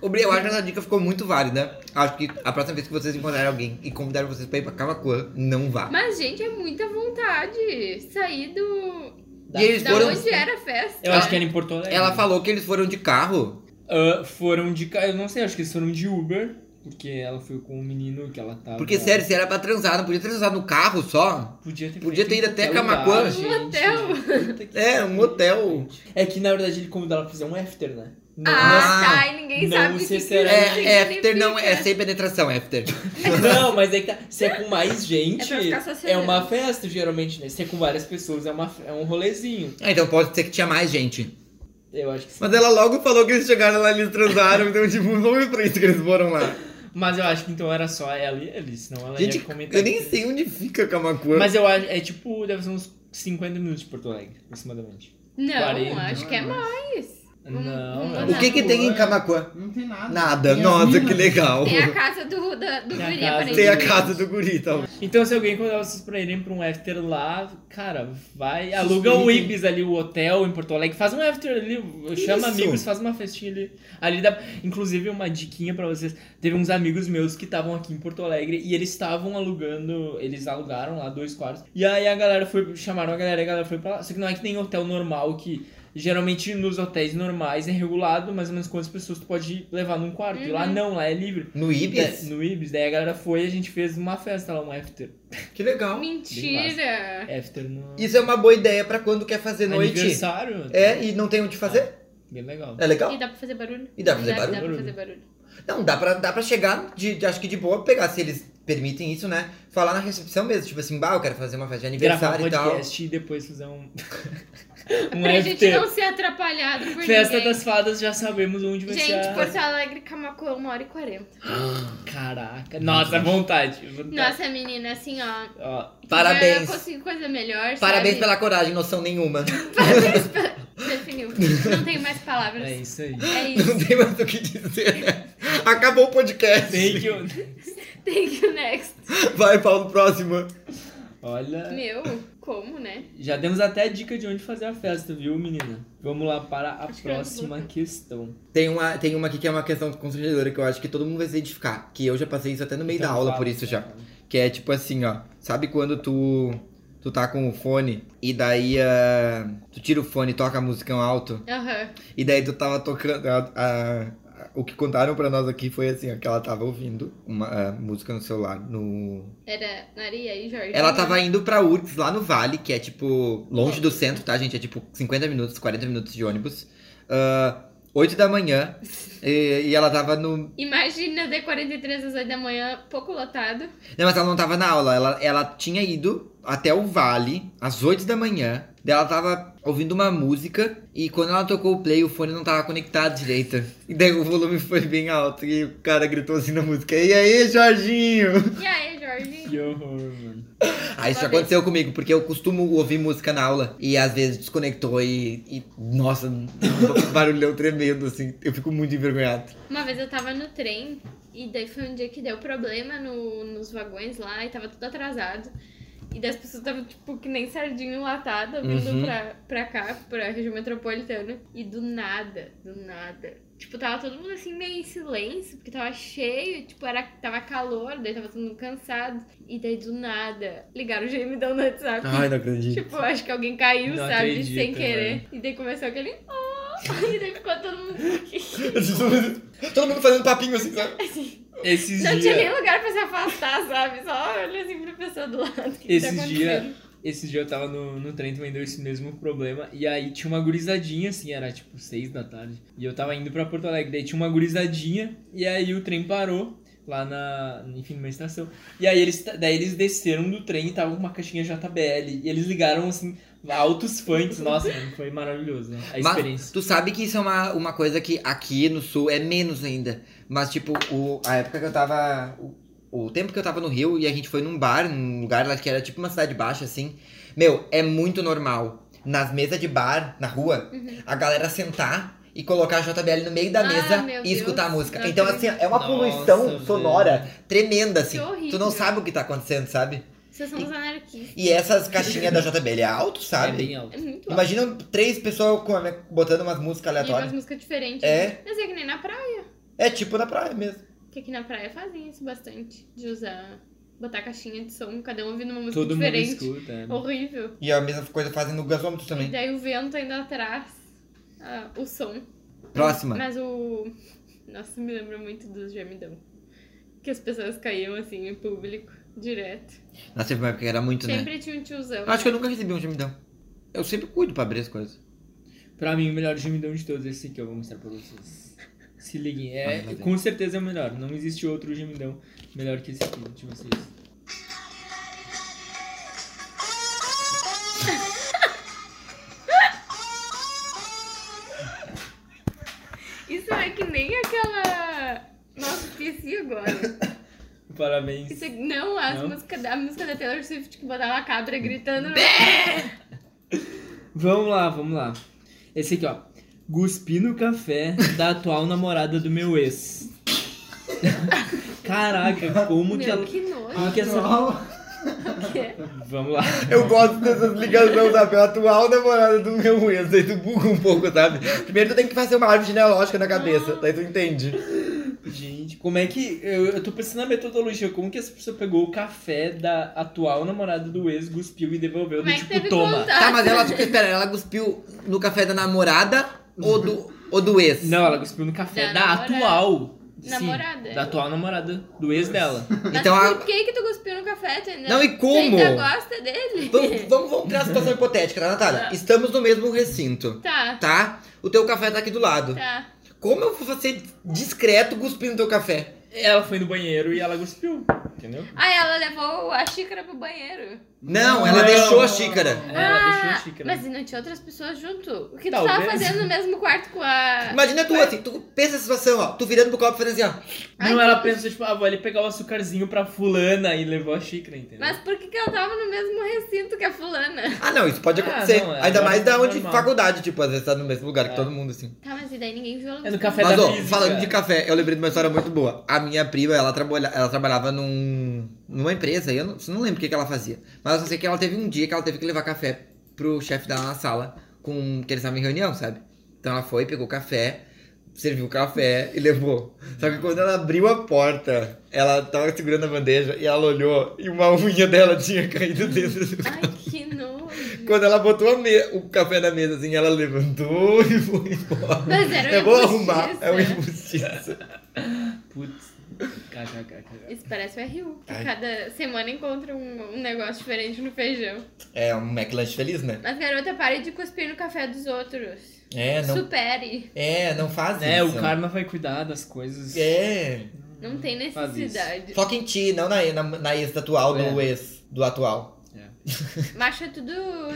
Speaker 1: Obri- Eu acho que essa dica ficou muito válida. Acho que a próxima vez que vocês encontrarem alguém e convidarem vocês pra ir pra Camacuã, não vá.
Speaker 2: Mas, gente, é muita vontade. Sair do.
Speaker 1: E eles
Speaker 2: da
Speaker 1: foram-
Speaker 3: é?
Speaker 2: onde era a festa.
Speaker 3: Eu acho que era em Porto Alegre.
Speaker 1: Ela falou que eles foram de carro.
Speaker 3: Ah, foram de... ca- Eu não sei, acho que eles foram de Uber. Porque ela foi com um menino que ela tava...
Speaker 1: Porque, sério, se era pra transar, não podia transar no carro só?
Speaker 3: Podia ter,
Speaker 1: Podia
Speaker 3: feito
Speaker 1: ter ido
Speaker 3: em
Speaker 1: até
Speaker 3: qualquer
Speaker 1: Camaquã.
Speaker 3: lugar, gente.
Speaker 2: Um hotel.
Speaker 3: Puta que
Speaker 1: É, um
Speaker 3: pariu,
Speaker 1: hotel.
Speaker 3: gente. É que, na verdade, ele convidou ela pra fazer um after, né? Não,
Speaker 2: Ah,
Speaker 1: Nossa.
Speaker 2: tá, e ninguém
Speaker 3: Não
Speaker 2: sabe o que
Speaker 3: sei
Speaker 2: que
Speaker 3: se era-
Speaker 2: isso
Speaker 1: É, after não,
Speaker 2: significa.
Speaker 1: é sem penetração, after.
Speaker 3: Não, mas é que tá. Se é com mais gente,
Speaker 2: É pra ficar
Speaker 3: é,
Speaker 2: socializando.
Speaker 3: uma festa, geralmente, né? Se é com várias pessoas, é, uma, é um rolezinho.
Speaker 1: Ah, então pode ser que tinha mais gente.
Speaker 3: Eu acho que sim.
Speaker 1: Mas ela logo falou que eles chegaram lá e eles transaram, então, tipo, não foi pra isso que eles foram lá.
Speaker 3: Mas eu acho que então era só ela e ele, senão ela
Speaker 1: Gente,
Speaker 3: ia comentar.
Speaker 1: eu nem
Speaker 3: que-
Speaker 1: sei onde fica Camacuã.
Speaker 3: Mas eu acho, é tipo, deve ser uns 50 minutos de Porto Alegre, aproximadamente.
Speaker 2: Não,
Speaker 3: 40,
Speaker 2: acho que é
Speaker 4: mais.
Speaker 2: mais. Vamos-
Speaker 3: Não,
Speaker 2: vamos
Speaker 3: é-
Speaker 1: O que que tem em Camacuã?
Speaker 4: Não tem nada.
Speaker 1: Nada.
Speaker 4: Tem as
Speaker 1: Nossa,
Speaker 4: minas.
Speaker 1: que legal.
Speaker 2: Tem a casa do, da, do
Speaker 3: Tem a
Speaker 2: guri,
Speaker 3: casa.
Speaker 2: aparentemente.
Speaker 1: Tem a casa do guri, tá tal.
Speaker 3: Então, se alguém convidar vocês pra irem pra um after lá, cara, vai. Aluga o
Speaker 4: Suspeita.
Speaker 3: Ibis ali, o hotel em Porto Alegre. Faz um after ali,
Speaker 1: Isso.
Speaker 3: chama amigos, faz uma festinha ali. Ali dá. Inclusive, uma diquinha pra vocês. Teve uns amigos meus que estavam aqui em Porto Alegre e eles estavam alugando. Eles alugaram lá dois quartos. E aí a galera foi. Chamaram a galera e a galera foi pra lá. Só que não é que tem hotel normal que. Geralmente nos hotéis normais é regulado mais ou menos quantas pessoas tu pode levar num quarto. E lá
Speaker 2: Uhum.
Speaker 3: não, lá é livre.
Speaker 1: No Ibis?
Speaker 3: É, No Ibis, daí a galera foi e a gente fez uma festa lá, um after.
Speaker 1: É. Que legal.
Speaker 2: Mentira!
Speaker 3: After no
Speaker 1: Isso é uma boa ideia pra quando quer fazer noite.
Speaker 3: aniversário. né?
Speaker 1: É, e não tem onde fazer?
Speaker 3: Bem legal.
Speaker 1: É legal?
Speaker 2: E dá pra fazer barulho?
Speaker 1: E dá pra fazer
Speaker 2: dá, Dá pra
Speaker 3: barulho?
Speaker 2: fazer barulho.
Speaker 1: Não, dá pra, dá pra chegar, de, de- acho que de boa, pegar, se eles permitem isso, né? Falar na recepção mesmo, tipo assim, bah, eu quero fazer uma festa de
Speaker 3: Gravar um
Speaker 1: aniversário e tal.
Speaker 3: podcast e depois fazer um, um
Speaker 2: pra gente
Speaker 3: after.
Speaker 2: não ser atrapalhado por
Speaker 3: Festa
Speaker 2: ninguém.
Speaker 3: das fadas, já sabemos onde vai ser.
Speaker 2: Gente,
Speaker 3: a-
Speaker 2: Porto Alegre, Camacuã, 1 hora e 40.
Speaker 3: Caraca. Nossa, vontade. vontade.
Speaker 2: Nossa, menina, assim, ó.
Speaker 3: Ó,
Speaker 2: Eu
Speaker 1: Parabéns.
Speaker 2: consigo coisa melhor,
Speaker 1: Parabéns
Speaker 2: sabe?
Speaker 1: pela coragem, noção nenhuma.
Speaker 2: Parabéns pela... Definiu. Não tem mais palavras.
Speaker 3: é isso aí.
Speaker 2: É
Speaker 1: Não
Speaker 2: isso.
Speaker 1: tem mais o que dizer. né? Acabou o podcast.
Speaker 3: Tem que eu-
Speaker 2: Thank you, next.
Speaker 1: Vai, um Paulo, próxima.
Speaker 3: Olha,
Speaker 2: Meu, como, né?
Speaker 3: já demos até a dica de onde fazer a festa, viu, menina? Vamos lá para a
Speaker 2: Acho que eu não
Speaker 3: próxima
Speaker 2: vou.
Speaker 3: questão.
Speaker 1: Tem uma, tem uma aqui que é uma questão constrangedora que eu acho que todo mundo vai se identificar. Que eu já passei isso até no meio
Speaker 3: Então,
Speaker 1: da aula
Speaker 3: fala,
Speaker 1: por isso já.
Speaker 3: fala.
Speaker 1: Que é tipo assim, ó. Sabe quando tu, tu tá com o fone e daí ah, tu tira o fone e toca a música um alto?
Speaker 2: Aham.
Speaker 1: E daí tu tava tocando. a- a- a- o que contaram pra nós aqui foi assim, ó, que ela tava ouvindo uma ah, música no celular. No...
Speaker 2: Era Maria e Jorge.
Speaker 1: Ela tava indo pra URGS lá no vale, que é tipo. longe do centro, tá, gente? É tipo 50 minutos, 40 minutos de ônibus. Ah, 8 da manhã. E, e ela tava no.
Speaker 2: Imagina D43 às 8 da manhã, pouco lotado.
Speaker 1: Não, mas ela não tava na aula. Ela, ela tinha ido até o vale às 8 da manhã. Daí ela tava ouvindo uma música e quando ela tocou o play, o fone não tava conectado direito. E daí o volume foi bem alto e o cara gritou assim na música: E aí, Jorginho?
Speaker 2: E aí, Jorge?
Speaker 3: Que horror, mano.
Speaker 1: Ah, isso
Speaker 2: Uma
Speaker 1: aconteceu comigo, porque eu costumo ouvir música na aula e às vezes desconectou e. e nossa, um barulhão tremendo, assim. Eu fico muito envergonhado.
Speaker 2: Uma vez eu tava no trem e daí foi um dia que deu problema no, nos vagões lá e tava tudo atrasado. E daí as pessoas estavam, tipo, que nem sardinha enlatada vindo
Speaker 1: Uhum.
Speaker 2: pra, pra cá, pra região metropolitana. E do nada, do nada. Tipo, tava todo mundo assim meio em silêncio, porque tava cheio, tipo, era, tava calor, daí tava todo mundo cansado. E daí do nada, ligaram o gemidão no WhatsApp.
Speaker 1: Ai, não acredito.
Speaker 2: Tipo, acho que alguém caiu,
Speaker 3: Não
Speaker 2: sabe?
Speaker 3: acredito,
Speaker 2: sem querer. E daí começou aquele. Oh! E daí ficou todo mundo.
Speaker 1: Tipo, Todo mundo fazendo papinho assim, sabe?
Speaker 3: Esses
Speaker 2: Não tinha
Speaker 3: dias.
Speaker 2: nem lugar pra se afastar, sabe? Só olha assim pra pessoa do lado. O que
Speaker 3: Esses
Speaker 2: tá
Speaker 3: dias-
Speaker 2: acontecendo?
Speaker 3: Esses dias eu tava no, no trem também deu esse mesmo problema. E aí tinha uma gurizadinha, assim, era tipo seis da tarde. E eu tava indo pra Porto Alegre. Daí tinha uma gurizadinha. E aí o trem parou lá na. Enfim, numa estação. E aí eles, daí eles desceram do trem e tava com uma caixinha JBL. E eles ligaram, assim, altos funks. Nossa, mano, foi maravilhoso, né? A
Speaker 1: Mas
Speaker 3: experiência.
Speaker 1: tu sabe que isso é uma, uma coisa que aqui no sul é menos ainda. Mas, tipo, o, a época que eu tava. O, o tempo que eu tava no Rio e a gente foi num bar, num lugar lá que era tipo uma cidade baixa, assim. Meu, é muito normal. Nas mesas de bar, na rua,
Speaker 2: Uhum.
Speaker 1: a galera sentar e colocar a JBL no meio da
Speaker 2: Ah,
Speaker 1: mesa
Speaker 2: meu
Speaker 1: e escutar a
Speaker 2: Deus.
Speaker 1: música.
Speaker 2: Não
Speaker 1: então, assim,
Speaker 2: acredito.
Speaker 1: é uma
Speaker 3: Nossa,
Speaker 1: poluição
Speaker 3: velho.
Speaker 1: sonora tremenda, assim.
Speaker 2: Que horrível.
Speaker 1: Tu não sabe o que tá acontecendo, sabe?
Speaker 2: Vocês são os anarquistas.
Speaker 1: E essas caixinhas da JBL é alto,
Speaker 3: É
Speaker 1: sabe?
Speaker 3: bem alto.
Speaker 2: É muito alto.
Speaker 1: Imagina três pessoas com- botando umas músicas
Speaker 2: E umas
Speaker 1: aleatórias.
Speaker 2: músicas diferentes.
Speaker 1: É.
Speaker 2: Mas é que nem na praia.
Speaker 1: É tipo na praia mesmo.
Speaker 2: Porque aqui na praia fazem isso bastante. De usar. Botar caixinha de som, cada um ouvindo uma música
Speaker 3: Todo mundo
Speaker 2: diferente.
Speaker 3: escuta. né?
Speaker 2: Horrível.
Speaker 1: E a mesma coisa fazem no gasômetro
Speaker 2: E
Speaker 1: também.
Speaker 2: daí o vento ainda atrás. ah, o som.
Speaker 1: Próxima.
Speaker 2: Mas o. Nossa, me lembra muito dos gemidão. Que as pessoas caíam assim em público, direto.
Speaker 1: Nossa, teve uma época que era muito, né?
Speaker 2: Sempre tinha um tiozão.
Speaker 1: Eu Acho que eu nunca recebi um gemidão. Eu sempre cuido pra abrir as coisas.
Speaker 3: Pra mim, o melhor gemidão de todos é esse aqui, eu vou mostrar pra vocês. Se liguem,
Speaker 1: Ai,
Speaker 3: é,
Speaker 1: meu Deus.
Speaker 3: com certeza é o melhor. Não existe outro gemidão melhor que esse aqui de vocês.
Speaker 2: Isso é que nem aquela. Nossa, esqueci agora.
Speaker 3: Parabéns.
Speaker 2: Isso é... Não, as
Speaker 3: Não?
Speaker 2: músicas da... a música da Taylor Swift que botava a cabra gritando.
Speaker 3: Vamos lá, vamos lá. Esse aqui, ó. Guspi no café da atual namorada do meu ex. Caraca, como que
Speaker 2: Meu,
Speaker 3: ela.
Speaker 2: que nojo.
Speaker 3: Como que essa...
Speaker 4: Atual.
Speaker 2: que é.
Speaker 3: Vamos lá.
Speaker 1: Eu gosto dessas ligações, sabe? A atual namorada do meu ex, aí tu buga um pouco, sabe? Primeiro tu tem que fazer uma árvore genealógica na cabeça, daí tu entende.
Speaker 3: Gente, como é que. Eu, eu tô pensando na metodologia. Como que essa pessoa pegou o café da atual namorada do ex, cuspiu e devolveu?
Speaker 2: Como
Speaker 3: do
Speaker 2: é que
Speaker 3: tipo,
Speaker 2: teve
Speaker 3: toma.
Speaker 2: contato?
Speaker 1: Tá, mas ela, espera, ela cuspiu no café da namorada ou do, ou do ex?
Speaker 3: Não, ela cuspiu no café da,
Speaker 2: Da namorada.
Speaker 3: atual. Sim,
Speaker 2: Namorada.
Speaker 3: da atual namorada do ex dela.
Speaker 2: Mas
Speaker 1: Então a-
Speaker 2: por que que tu cuspiu no café, tu ainda?
Speaker 1: Não, e como?
Speaker 2: Tu ainda gosta dele?
Speaker 1: Vamos, vamos, vamos criar uma situação hipotética, tá, Natália? Estamos no mesmo recinto,
Speaker 2: Tá,
Speaker 1: tá? O teu café tá aqui do lado.
Speaker 2: tá.
Speaker 1: Como eu vou ser discreto cuspindo teu café?
Speaker 3: Ela foi no banheiro e ela cuspiu, entendeu?
Speaker 2: Ah, ela levou a xícara pro banheiro.
Speaker 1: Não, ela
Speaker 3: Não.
Speaker 1: deixou a xícara.
Speaker 3: É, Ela
Speaker 2: ah,
Speaker 3: deixou a xícara.
Speaker 2: Mas e não tinha outras pessoas junto? O que tu
Speaker 3: Talvez.
Speaker 2: tava fazendo no mesmo quarto com a.
Speaker 1: Imagina tu assim, tu pensa a situação, ó, tu virando pro copo e fazendo assim, ó.
Speaker 2: Ai,
Speaker 3: não, ela pensou, tipo, ah, vou ali pegar o açucarzinho pra fulana e levou a xícara, entendeu?
Speaker 2: Mas por que, que ela tava no mesmo recinto que a fulana?
Speaker 1: Ah, não, isso pode
Speaker 3: Ah,
Speaker 1: acontecer.
Speaker 3: não, é
Speaker 1: Ainda mais da
Speaker 3: normal.
Speaker 1: onde faculdade, tipo, às vezes tá no mesmo lugar que
Speaker 3: É.
Speaker 1: todo mundo, assim.
Speaker 2: Tá, mas e daí ninguém viu ela
Speaker 3: É no café da
Speaker 1: Mas, ó,
Speaker 3: física.
Speaker 1: falando de café, eu lembrei de uma história muito boa. A minha prima, ela, trabalha, ela trabalhava num, numa empresa, eu não, eu não lembro o que, que ela fazia. Mas eu só sei que ela teve um dia que ela teve que levar café pro chefe dela na sala, com, que eles estavam em reunião, sabe? Então ela foi, pegou café, serviu o café e levou. Só que quando ela abriu a porta, ela tava segurando a bandeja e ela olhou e uma unha dela tinha caído dentro do
Speaker 2: Ai, que nojo.
Speaker 1: Quando ela botou a me- o café na mesa, assim, ela levantou e foi embora.
Speaker 2: Mas era uma
Speaker 1: eu vou arrumar,
Speaker 2: injustiça.
Speaker 1: é uma injustiça.
Speaker 3: Putz. KKKK.
Speaker 2: Isso parece o RU, que
Speaker 1: Ai.
Speaker 2: cada semana encontra um, um negócio diferente no feijão.
Speaker 1: É um McLanche feliz, né?
Speaker 2: Mas, garota, pare de cuspir no café dos outros.
Speaker 1: É, não,
Speaker 2: Supere.
Speaker 1: é, não faz
Speaker 3: É,
Speaker 1: isso.
Speaker 3: o karma vai cuidar das coisas.
Speaker 1: É,
Speaker 2: Não tem
Speaker 3: Faz isso.
Speaker 2: necessidade.
Speaker 1: foca em ti, não na, na, na ex da atual, do
Speaker 3: É.
Speaker 1: ex, do atual.
Speaker 2: Macho é tudo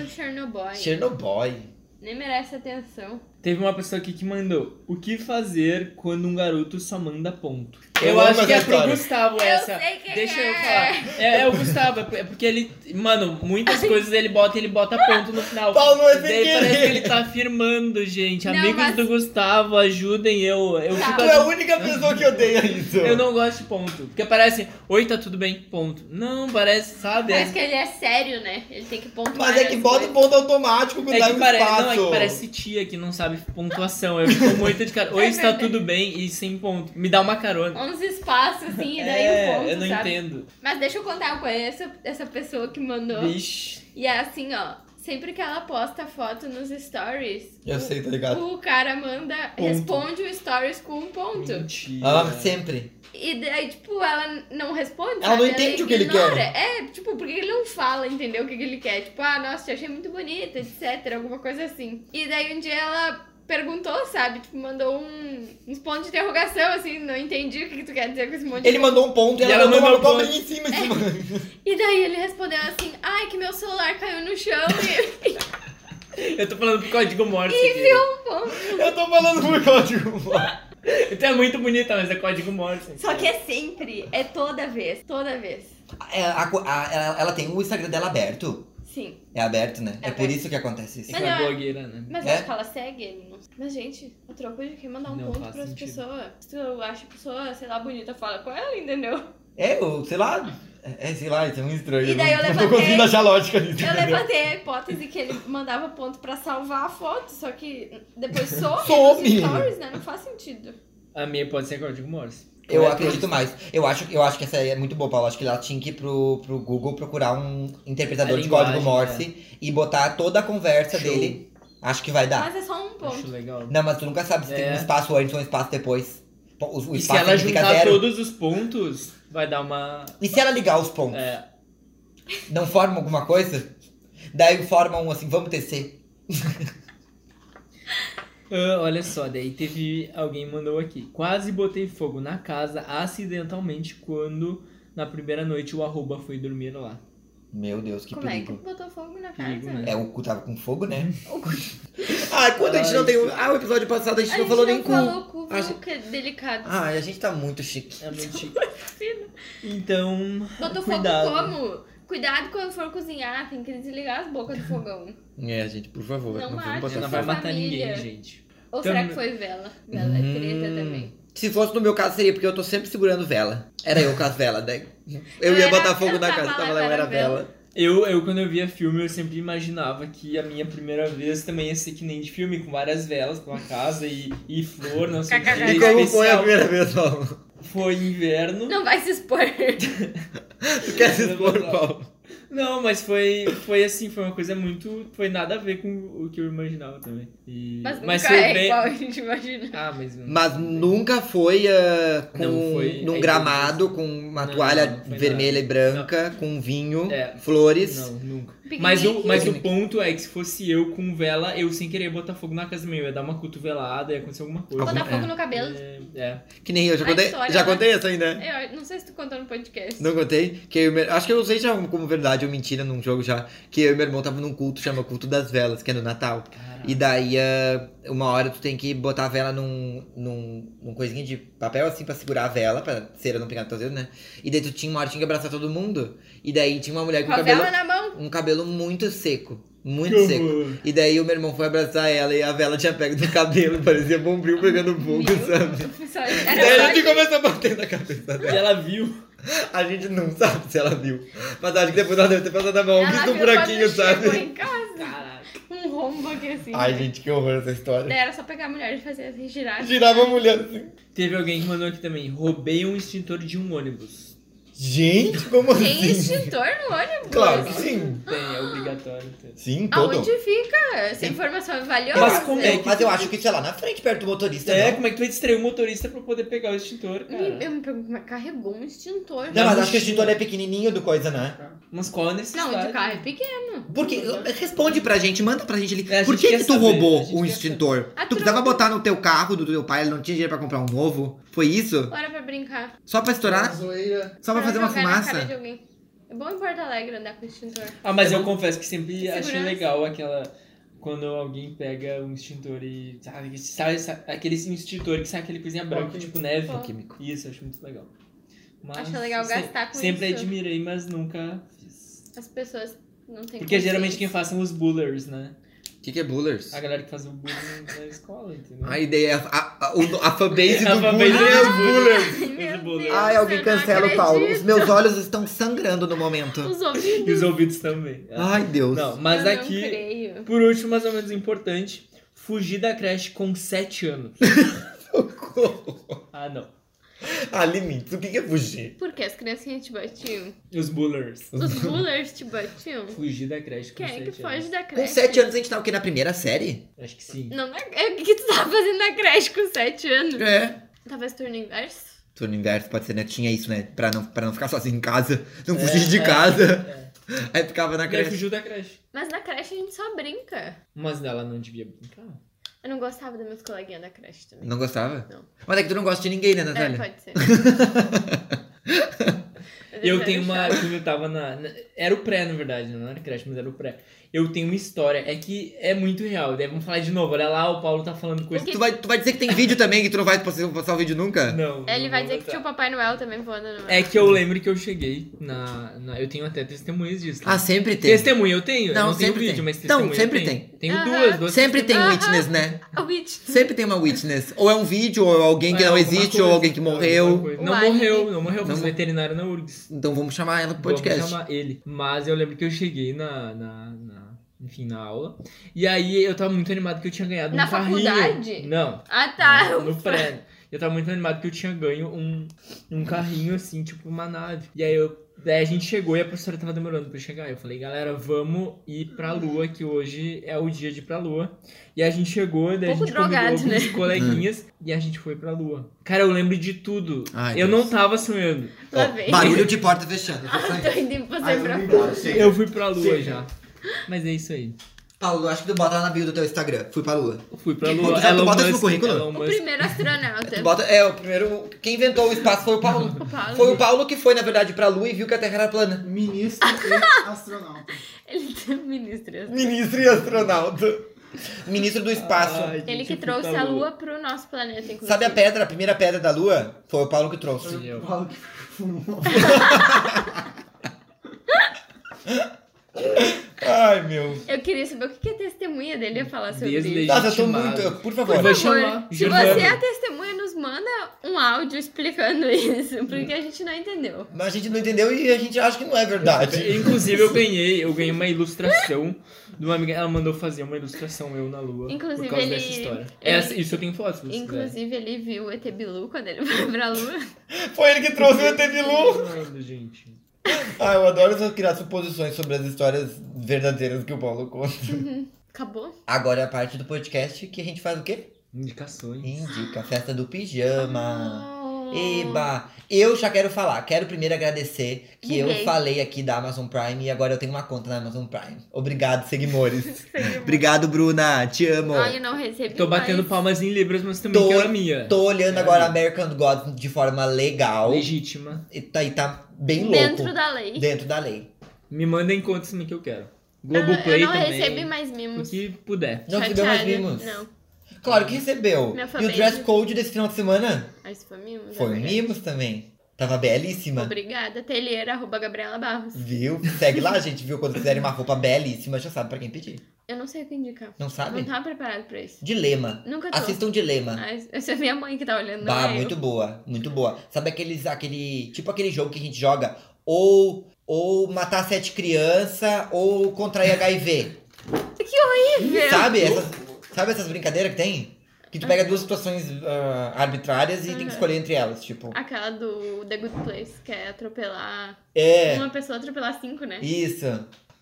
Speaker 2: Chernobyl.
Speaker 1: Chernobyl.
Speaker 2: Nem merece atenção.
Speaker 3: Teve uma pessoa aqui que mandou: O que fazer quando um garoto só manda ponto?
Speaker 1: Eu
Speaker 3: Eu,
Speaker 1: amo
Speaker 3: acho que
Speaker 1: essa
Speaker 3: é pro
Speaker 1: história.
Speaker 3: Gustavo
Speaker 2: Eu
Speaker 3: essa.
Speaker 2: sei quem
Speaker 3: Deixa eu
Speaker 2: é.
Speaker 3: falar. É, é o Gustavo, é porque ele. Mano, muitas coisas ele bota ele bota ponto no final.
Speaker 1: Paulo é sem
Speaker 3: Daí parece que
Speaker 1: querer.
Speaker 3: ele tá afirmando, gente.
Speaker 2: Não,
Speaker 3: Amigos
Speaker 2: mas-
Speaker 3: do Gustavo, ajudem eu. Eu,
Speaker 2: Tá.
Speaker 1: Tu
Speaker 3: fico- assim,
Speaker 1: é a única pessoa que odeia isso.
Speaker 3: eu não gosto de ponto. Porque parece, oi, tá tudo bem, ponto. Não, parece, sabe?
Speaker 2: Parece que ele é sério, né? Ele tem que pontuar.
Speaker 1: Mas é que
Speaker 2: as
Speaker 1: bota o
Speaker 2: coisas.
Speaker 1: ponto automático que
Speaker 3: É
Speaker 1: dá
Speaker 3: que,
Speaker 1: um
Speaker 3: pare-
Speaker 1: espaço.
Speaker 3: não, é que parece tia que não sabe pontuação. Eu fico muito de cara. Oi,
Speaker 2: É
Speaker 3: está
Speaker 2: verdade.
Speaker 3: tudo bem e sem ponto. Me dá uma carona.
Speaker 2: Uns espaços, assim, e daí
Speaker 3: é,
Speaker 2: o ponto,
Speaker 3: eu não
Speaker 2: sabe?
Speaker 3: entendo.
Speaker 2: Mas deixa eu contar, eu conheço essa pessoa que mandou.
Speaker 3: Vixe.
Speaker 2: E é assim, ó. Sempre que ela posta foto nos stories,
Speaker 1: Eu
Speaker 2: o-
Speaker 1: sei, tá ligado?
Speaker 2: o cara manda,
Speaker 1: Ponto.
Speaker 2: responde o stories com um ponto.
Speaker 3: Mentira.
Speaker 1: Ah, sempre.
Speaker 2: E daí, tipo, ela não responde.
Speaker 1: Ela
Speaker 2: sabe?
Speaker 1: não entende o que ele
Speaker 2: ignora.
Speaker 1: quer.
Speaker 2: É, tipo, porque ele não fala, entendeu? O que, que ele quer. Tipo, ah, nossa, te achei muito bonita, etc. Alguma coisa assim. E daí um dia ela perguntou, sabe? Tipo, mandou um, uns pontos de interrogação, assim, não entendi o que, que tu quer dizer com esse monte
Speaker 1: Ele
Speaker 2: de
Speaker 1: mandou um ponto e
Speaker 3: E
Speaker 1: ela,
Speaker 3: ela
Speaker 1: mandou uma
Speaker 3: mandou um
Speaker 1: cobrinha em cima, em cima.
Speaker 2: E daí ele respondeu assim, ai, que meu celular caiu no chão e
Speaker 3: Eu tô falando com código morse. aqui.
Speaker 2: enfiou um ponto.
Speaker 1: Eu tô falando por código
Speaker 3: Então é muito bonita, mas é código morse.
Speaker 2: Só que é sempre, é toda vez, toda vez.
Speaker 1: É, a co- a- ela, ela tem o Instagram dela aberto.
Speaker 2: Sim.
Speaker 1: É aberto, né? É,
Speaker 2: É
Speaker 1: por
Speaker 2: aberto.
Speaker 1: isso que acontece isso.
Speaker 3: É que
Speaker 2: Mas
Speaker 3: ela é
Speaker 2: não é-
Speaker 3: blogueira, né?
Speaker 2: Mas
Speaker 1: É?
Speaker 2: acho que ela segue ele. não- Mas, gente, o troco de quem mandar um
Speaker 3: Não
Speaker 2: ponto
Speaker 3: faz
Speaker 2: pras
Speaker 3: sentido.
Speaker 2: pessoas. Se tu acha a pessoa, sei lá, bonita, fala com ela, entendeu?
Speaker 1: É, eu, sei lá. É, é, sei lá, isso é muito estranho.
Speaker 2: E daí eu
Speaker 1: não, não tô
Speaker 2: levantei.
Speaker 1: conseguindo achar lógica nisso.
Speaker 2: Eu
Speaker 1: entendeu?
Speaker 2: levantei a hipótese que ele mandava ponto pra salvar a foto, só que depois some,
Speaker 1: Some.
Speaker 2: nos stories, né? Não faz sentido.
Speaker 3: A minha pode ser código morse.
Speaker 1: Eu
Speaker 3: Ou é
Speaker 1: acredito mais. Eu acho, eu acho que essa aí é muito boa, Paulo. Acho que ela tinha que ir pro, pro Google procurar um interpretador
Speaker 3: A
Speaker 1: de código
Speaker 3: linguagem,
Speaker 1: Morse e botar toda a conversa
Speaker 3: Show.
Speaker 1: dele. Acho que vai dar.
Speaker 2: Mas é só um
Speaker 3: troco? Acho
Speaker 2: ponto.
Speaker 3: legal.
Speaker 1: Não, mas tu nunca sabe se tem
Speaker 3: É.
Speaker 1: um espaço antes ou um espaço depois. O, o
Speaker 3: E se
Speaker 1: espaço é
Speaker 3: ela
Speaker 1: significa
Speaker 3: juntar
Speaker 1: zero.
Speaker 3: todos os pontos, vai dar uma.
Speaker 1: E se ela ligar os pontos?
Speaker 3: É,
Speaker 1: Não forma alguma coisa? Daí formam um assim, vamos tecer.
Speaker 3: Ah, olha só, daí teve alguém mandou aqui. Quase botei fogo na casa acidentalmente quando na primeira noite o arroba foi dormir lá.
Speaker 1: Meu Deus, que
Speaker 2: Como é que
Speaker 1: perigo.
Speaker 2: botou fogo na casa?
Speaker 3: Perigo, né?
Speaker 1: É, o cu tava com fogo, né? Ai, quando a gente
Speaker 3: Ai,
Speaker 1: não tem. o- Ah, o episódio passado a gente
Speaker 2: A
Speaker 1: não
Speaker 2: gente
Speaker 1: falou
Speaker 2: não
Speaker 1: nem cu.
Speaker 2: falou cu,
Speaker 1: A gente- Ah,
Speaker 2: viu? Que é delicado.
Speaker 1: Ai, a gente tá muito chique.
Speaker 3: É muito chique. Então,
Speaker 2: Botou
Speaker 3: cuidado.
Speaker 2: fogo como? Cuidado quando for cozinhar, tem que desligar as bocas do fogão.
Speaker 1: É, gente, por favor.
Speaker 2: Não
Speaker 1: Não, vamos
Speaker 2: mate,
Speaker 1: botar
Speaker 3: Ela não
Speaker 1: fogo.
Speaker 3: vai matar
Speaker 2: família.
Speaker 3: ninguém, gente.
Speaker 2: Ou
Speaker 3: Então-
Speaker 2: será que foi vela? Vela é treta
Speaker 1: Hum.
Speaker 2: também.
Speaker 1: Se fosse no meu caso, seria porque eu tô sempre segurando vela. Era eu com as velas, né?
Speaker 2: Eu
Speaker 1: Eu ia
Speaker 2: era-
Speaker 1: botar fogo
Speaker 2: eu
Speaker 1: na
Speaker 2: tava
Speaker 1: casa,
Speaker 2: lá,
Speaker 1: tava lá, eu era vela.
Speaker 3: Eu, eu, quando eu via filme, eu sempre imaginava que a minha primeira vez também ia ser que nem de filme, com várias velas pela casa e, e flor, não sei o que.
Speaker 2: KKK.
Speaker 1: E como foi a
Speaker 3: especial.
Speaker 1: primeira vez, Paulo?
Speaker 3: Foi inverno.
Speaker 2: Não vai se expor.
Speaker 1: Tu quer se expor, Paulo?
Speaker 3: Não, mas foi, foi assim, foi uma coisa muito. Foi nada a ver com o que eu imaginava também. E-
Speaker 2: Mas nunca
Speaker 3: foi
Speaker 2: é
Speaker 3: bem.
Speaker 2: igual a gente imagina.
Speaker 3: Ah, mas.
Speaker 1: Mas nunca foi, ah, com,
Speaker 3: Não foi-
Speaker 1: num
Speaker 3: é,
Speaker 1: gramado, com uma
Speaker 3: Não,
Speaker 1: toalha
Speaker 3: não foi
Speaker 1: vermelha e branca, com um vinho,
Speaker 3: É.
Speaker 1: flores.
Speaker 3: Não, nunca.
Speaker 2: Piquenique.
Speaker 3: Mas o, mas o
Speaker 1: Piquenique.
Speaker 3: ponto é que se fosse eu com vela, eu sem querer botar fogo na casa minha, eu ia dar uma cotovelada, ia acontecer alguma coisa.
Speaker 2: Botar
Speaker 1: Algum-
Speaker 2: fogo no cabelo.
Speaker 3: É, é.
Speaker 1: Que nem eu, já
Speaker 2: A
Speaker 1: contei,
Speaker 2: história,
Speaker 1: já
Speaker 2: né?
Speaker 1: contei essa ainda. né?
Speaker 2: Eu não sei se tu contou no podcast.
Speaker 1: Não contei? Que eu e meu- Acho que eu usei já como verdade ou mentira num jogo já. Que eu e meu irmão tava num culto, chama Culto das Velas, que é no Natal. E daí, ah, uma hora tu tem que botar a vela num, num, num coisinha de papel, assim, pra segurar a vela, pra cera não pegar nos teus dedos, né? E daí tu tinha uma hora, tinha que abraçar todo mundo. E daí tinha uma mulher com
Speaker 2: Com a
Speaker 1: cabelo,
Speaker 2: vela na mão.
Speaker 1: um cabelo muito seco. Muito
Speaker 3: Que
Speaker 1: seco.
Speaker 3: horror.
Speaker 1: E daí o meu irmão foi abraçar ela e a vela tinha pego no cabelo, parecia bombril pegando fogo,
Speaker 2: Meu,
Speaker 1: sabe?
Speaker 2: só-
Speaker 1: E daí a
Speaker 2: Era
Speaker 1: gente
Speaker 2: só-
Speaker 1: começou a bater na cabeça
Speaker 3: E ela viu.
Speaker 1: a gente não sabe se ela viu. Mas acho que depois ela deve ter passado a mão,
Speaker 2: Ela
Speaker 1: visto um
Speaker 2: viu quando
Speaker 1: buraquinho,
Speaker 2: chegou
Speaker 1: sabe?
Speaker 2: em casa,
Speaker 3: Caraca.
Speaker 2: Um rombo aqui assim.
Speaker 1: Ai,
Speaker 2: né?
Speaker 1: gente, que horror essa história.
Speaker 2: Daí era só pegar a mulher e fazer assim, girar.
Speaker 1: Girava a mulher assim.
Speaker 3: Teve alguém que mandou aqui também. Roubei um extintor de um ônibus.
Speaker 1: Gente, como
Speaker 2: Tem
Speaker 1: assim?
Speaker 2: extintor no ônibus?
Speaker 1: Claro que sim.
Speaker 3: Tem, é obrigatório. ter.
Speaker 1: Sim, todo.
Speaker 2: Aonde fica? Essa informação é valiosa.
Speaker 3: Mas como é
Speaker 1: Não, mas eu acho que, sei lá, na frente, perto do motorista,
Speaker 3: É,
Speaker 1: não.
Speaker 3: como é que tu vai distrair o motorista pra poder pegar o extintor,
Speaker 2: Me-
Speaker 3: cara?
Speaker 2: Eu me pergunto, mas carregou um extintor?
Speaker 1: Não, mas
Speaker 3: Na
Speaker 1: acho que o extintor é pequenininho do coisa, né?
Speaker 4: Tá.
Speaker 3: Mas qual a necessidade?
Speaker 2: Não, de carro é pequeno.
Speaker 1: Porque, responde pra gente, manda pra gente ali.
Speaker 3: É, a gente
Speaker 1: Por que,
Speaker 3: quer
Speaker 1: que tu
Speaker 3: saber, a
Speaker 1: roubou
Speaker 3: gente
Speaker 1: um
Speaker 3: quer
Speaker 1: extintor?
Speaker 2: Ah,
Speaker 1: Tu precisava
Speaker 2: troca.
Speaker 1: botar no teu carro do teu pai, ele não tinha dinheiro pra comprar um novo? Foi isso?
Speaker 2: Bora pra brincar.
Speaker 1: Só pra estourar?
Speaker 4: Zoeira.
Speaker 1: Só pra fazer uma
Speaker 2: jogar na cara de
Speaker 1: fumaça?
Speaker 2: alguém. É bom em Porto Alegre andar com extintor.
Speaker 3: Ah, mas eu confesso que sempre
Speaker 2: É Segurança.
Speaker 3: achei legal aquela. Quando alguém pega um extintor e. Sabe, sabe, sabe- aquele extintor que sai aquele coisinha branca,
Speaker 4: Foquinha.
Speaker 3: tipo neve.
Speaker 2: Foco.
Speaker 1: Químico.
Speaker 3: Isso, eu acho muito legal. Mas
Speaker 2: Acho legal
Speaker 3: se-
Speaker 2: gastar com
Speaker 3: Sempre
Speaker 2: isso.
Speaker 3: admirei, mas nunca fiz.
Speaker 2: As pessoas não têm
Speaker 3: Porque geralmente
Speaker 2: consciência.
Speaker 3: quem faz são os bullers, né?
Speaker 1: O que, que é bullers?
Speaker 3: A galera que faz o bullying na escola, entendeu?
Speaker 1: A ideia, a, a, o- a fanbase
Speaker 3: A
Speaker 1: do
Speaker 3: fanbase
Speaker 1: Buller
Speaker 3: do
Speaker 1: é o
Speaker 3: Buller.
Speaker 1: Buller.
Speaker 2: Meu
Speaker 3: Os bolos.
Speaker 2: Deus,
Speaker 1: Ai, alguém
Speaker 2: eu não
Speaker 1: cancela o Paulo. Os
Speaker 2: acredito.
Speaker 1: meus olhos estão sangrando no momento.
Speaker 2: Os ouvidos.
Speaker 3: E os ouvidos também. É.
Speaker 1: Ai, Deus.
Speaker 3: Não, mas
Speaker 2: eu
Speaker 3: aqui,
Speaker 2: Não creio.
Speaker 3: por último, mas ou menos importante, fugir da creche com 7 anos. ah, não.
Speaker 1: Há limites. O que que é fugir?
Speaker 2: Porque as criancinhas te batiam.
Speaker 3: Os bullers.
Speaker 2: Os bullers te batiam.
Speaker 3: Fugir da creche com
Speaker 2: Quem é
Speaker 3: 7
Speaker 2: que
Speaker 3: anos.
Speaker 2: foge da creche?
Speaker 1: Com sete anos a gente tava o quê? Na primeira série?
Speaker 3: Acho que sim.
Speaker 2: Não, não é... O que que tu tava fazendo na creche com 7 anos?
Speaker 1: É.
Speaker 2: Talvez turno inverso?
Speaker 1: Turno inverso, pode ser, né? Tinha isso, né? Pra não, pra não ficar sozinho em casa. Não
Speaker 3: É,
Speaker 1: fugir de
Speaker 3: é,
Speaker 1: casa.
Speaker 3: é.
Speaker 1: Aí ficava na
Speaker 3: Ela
Speaker 1: creche.
Speaker 3: fugiu da creche.
Speaker 2: Mas na creche a gente só brinca.
Speaker 3: Mas ela não devia brincar.
Speaker 2: Eu não gostava dos meus coleguinhas da creche também.
Speaker 1: Não gostava?
Speaker 2: Não.
Speaker 1: Mas é que tu não gosta de ninguém, né,
Speaker 2: É,
Speaker 1: Natália?
Speaker 2: pode ser.
Speaker 3: Eu tenho uma. Quando eu tava na, na- Era o pré, na verdade, não era creche, mas era o pré. Eu tenho uma história. É que é muito real. Daí vamos falar de novo. Olha lá, o Paulo tá falando coisa.
Speaker 1: tu, vai, tu vai dizer que tem vídeo também, que tu não vai postar, postar o vídeo nunca?
Speaker 3: Não.
Speaker 2: Ele
Speaker 3: não
Speaker 2: vai
Speaker 3: vou
Speaker 2: dizer que
Speaker 3: botar.
Speaker 2: tinha o Papai Noel também voando no
Speaker 3: É que eu lembro que eu cheguei na. na- eu tenho até testemunhas disso. né?
Speaker 1: Ah, sempre tem.
Speaker 3: testemunha eu tenho?
Speaker 1: Não,
Speaker 3: eu não tenho
Speaker 1: sempre
Speaker 3: vídeo,
Speaker 1: tem.
Speaker 3: mas
Speaker 1: Então,
Speaker 3: testemunha.
Speaker 1: sempre
Speaker 3: eu tenho.
Speaker 1: tem.
Speaker 3: Tenho
Speaker 2: Aham.
Speaker 3: duas, duas.
Speaker 1: Sempre tem
Speaker 2: Aham.
Speaker 1: witness, né?
Speaker 2: Ah, O Witch.
Speaker 1: Sempre tem uma witness. Ou é um vídeo, ou é alguém que
Speaker 3: É,
Speaker 1: não
Speaker 3: alguma
Speaker 1: existe,
Speaker 3: coisa,
Speaker 1: ou alguém que
Speaker 3: alguma
Speaker 1: morreu.
Speaker 3: coisa. Não
Speaker 2: O
Speaker 3: morreu,
Speaker 2: Alien.
Speaker 3: não morreu, mas
Speaker 1: Não-
Speaker 3: veterinário na URGS.
Speaker 1: Então vamos chamar ela pro podcast.
Speaker 3: Vamos chamar ele. Mas eu lembro que eu cheguei na, na, na- enfim, na aula. E aí eu tava muito animado que eu tinha ganhado
Speaker 2: Na
Speaker 3: um carrinho.
Speaker 2: faculdade?
Speaker 3: Não.
Speaker 2: Ah, tá.
Speaker 3: No, no pré. Eu tava muito animado que eu tinha ganho um, um carrinho, assim, tipo uma nave. E aí eu. Daí a gente chegou e a professora tava demorando pra chegar. Eu falei, galera, vamos ir pra
Speaker 2: Uhum.
Speaker 3: lua, que hoje é o dia de ir pra lua. E a gente chegou, daí
Speaker 2: Um
Speaker 3: a
Speaker 2: pouco
Speaker 3: gente convidou
Speaker 2: drogado,
Speaker 3: alguns coleguinhas e a gente foi pra lua. Cara, eu lembro de tudo.
Speaker 1: Ai,
Speaker 3: eu
Speaker 1: Deus.
Speaker 3: não tava sonhando.
Speaker 2: Lá
Speaker 1: Ó,
Speaker 2: vem.
Speaker 1: barulho de porta fechando.
Speaker 2: Tô indo em
Speaker 4: Ai,
Speaker 2: você
Speaker 4: eu
Speaker 2: pra
Speaker 4: vim embora, chega.
Speaker 3: Eu fui pra lua
Speaker 4: Sim.
Speaker 3: já. Mas é isso aí.
Speaker 1: Paulo, acho que tu bota lá na bio do teu Instagram. Fui pra lua.
Speaker 3: Fui
Speaker 1: Pô,
Speaker 3: pra lua.
Speaker 1: tu já- tu
Speaker 3: Elon
Speaker 1: bota isso no
Speaker 3: Musk,
Speaker 1: currículo?
Speaker 3: Elon
Speaker 2: O
Speaker 3: Musk.
Speaker 2: primeiro astronauta.
Speaker 1: Tu bota. É, o primeiro. Quem inventou o espaço foi o Paulo.
Speaker 2: O Paulo.
Speaker 1: Foi o Paulo que foi, na verdade, pra lua e viu que a Terra era plana.
Speaker 4: Ministro e astronauta.
Speaker 2: Ele tem ministra.
Speaker 1: Ministro e astronauta. Ministro do espaço.
Speaker 3: Ai, gente,
Speaker 2: Ele que
Speaker 3: eu fui
Speaker 2: trouxe
Speaker 3: pra
Speaker 2: a lua pro nosso planeta, inclusive.
Speaker 1: Sabe a pedra, a primeira pedra da lua? Foi o Paulo que trouxe.
Speaker 3: Sim, eu.
Speaker 4: Falo que fumou.
Speaker 1: Ai, meu.
Speaker 2: Eu queria saber o que que a testemunha dele ia falar sobre
Speaker 3: Desle-
Speaker 2: isso.
Speaker 1: Nossa, eu tô
Speaker 3: Legitimado.
Speaker 1: muito. Por
Speaker 3: Por
Speaker 1: favor.
Speaker 3: favor.
Speaker 2: Por favor,
Speaker 3: chamar,
Speaker 2: se
Speaker 3: Giovana.
Speaker 2: você é a testemunha, nos manda um áudio explicando isso, porque a gente não entendeu.
Speaker 1: Mas a gente não entendeu e a gente acha que não é verdade.
Speaker 3: Inclusive eu ganhei, eu ganhei uma ilustração de uma amiga, ela mandou fazer uma ilustração eu na lua
Speaker 2: Inclusive,
Speaker 3: por causa
Speaker 2: ele- é,
Speaker 3: dessa história. Essa, isso eu tenho foto, se você
Speaker 2: Inclusive, ele viu o ET Bilu quando ele foi pra lua.
Speaker 1: Foi ele que trouxe o ET
Speaker 2: é
Speaker 1: Bilu.
Speaker 3: Bilu. gente.
Speaker 1: Ah, eu adoro só criar suposições sobre as histórias verdadeiras que o Paulo conta.
Speaker 2: Acabou?
Speaker 1: Agora é a parte do podcast que a gente faz o quê?
Speaker 3: Indicações.
Speaker 1: Indica a festa do pijama. Eba! Eu já quero falar, quero primeiro agradecer que eu
Speaker 2: Ninguém.
Speaker 1: falei aqui da Amazon Prime e agora eu tenho uma conta na Amazon Prime. Obrigado, seguidores. Obrigado, Bruna. Te amo.
Speaker 2: Ai, eu não recebi
Speaker 3: Tô batendo
Speaker 2: mais.
Speaker 3: palmas em libras, mas também
Speaker 1: Tô-
Speaker 3: quero a minha.
Speaker 1: Tô olhando agora American Gods de forma legal.
Speaker 3: Legítima.
Speaker 1: E tá, e tá bem louco.
Speaker 2: Dentro da lei.
Speaker 1: Dentro da lei.
Speaker 3: Me mandem contas também que eu quero.
Speaker 2: Eu não-
Speaker 3: Globoplay
Speaker 2: eu não
Speaker 3: também.
Speaker 2: recebi mais
Speaker 3: O
Speaker 2: mimos.
Speaker 3: que puder.
Speaker 1: Não recebeu mais
Speaker 2: Chateada.
Speaker 1: mimos?
Speaker 2: Não.
Speaker 1: Claro que recebeu.
Speaker 2: Minha
Speaker 1: E o
Speaker 2: família.
Speaker 1: dress code desse final de semana
Speaker 2: Ah, isso foi mimos?
Speaker 1: foi
Speaker 2: Obrigada.
Speaker 1: mimos também. Tava belíssima.
Speaker 2: Obrigada, telheira, arroba Gabriela Barros.
Speaker 1: Viu? Segue lá, gente, viu? Quando quiserem uma roupa belíssima, já sabe pra quem pedir.
Speaker 2: Eu não sei o que indicar.
Speaker 1: Não sabe?
Speaker 2: Não tá. tava preparado pra isso.
Speaker 1: Dilema.
Speaker 2: Nunca tô.
Speaker 1: Assistam Dilema.
Speaker 2: Mas essa é minha mãe que tá olhando. não
Speaker 1: Bah,
Speaker 2: é eu.
Speaker 1: muito boa, muito boa. Sabe aqueles, aquele, tipo aquele jogo que a gente joga ou, ou matar sete crianças ou contrair HIV.
Speaker 2: Meu.
Speaker 1: Sabe essas, sabe essas brincadeiras que tem? Que tu pega duas situações ah, arbitrárias e tem que
Speaker 2: Uhum.
Speaker 1: escolher entre elas, tipo.
Speaker 2: Aquela do The Good Place, que é atropelar.
Speaker 1: É,
Speaker 2: Uma pessoa atropelar cinco, né?
Speaker 1: isso.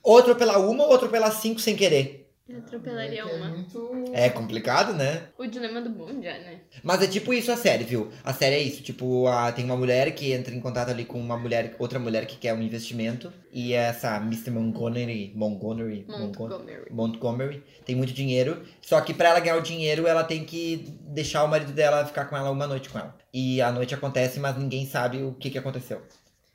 Speaker 1: Outro pela uma, outro pela cinco sem querer.
Speaker 2: Eu atropelaria
Speaker 4: É que É
Speaker 2: uma.
Speaker 4: muito...
Speaker 1: É complicado, né?
Speaker 2: O dilema do bom já, né?
Speaker 1: Mas é tipo isso a série, viu? A série é isso, tipo, a, tem uma mulher que entra em contato ali com uma mulher, outra mulher que quer um investimento. E essa Mr. Montgomery, Montgomery, Montgomery,
Speaker 2: Montgomery.
Speaker 1: Montgomery, tem muito dinheiro. Só que pra ela ganhar o dinheiro, ela tem que deixar o marido dela ficar com ela uma noite com ela. E a noite acontece, mas ninguém sabe o que que aconteceu.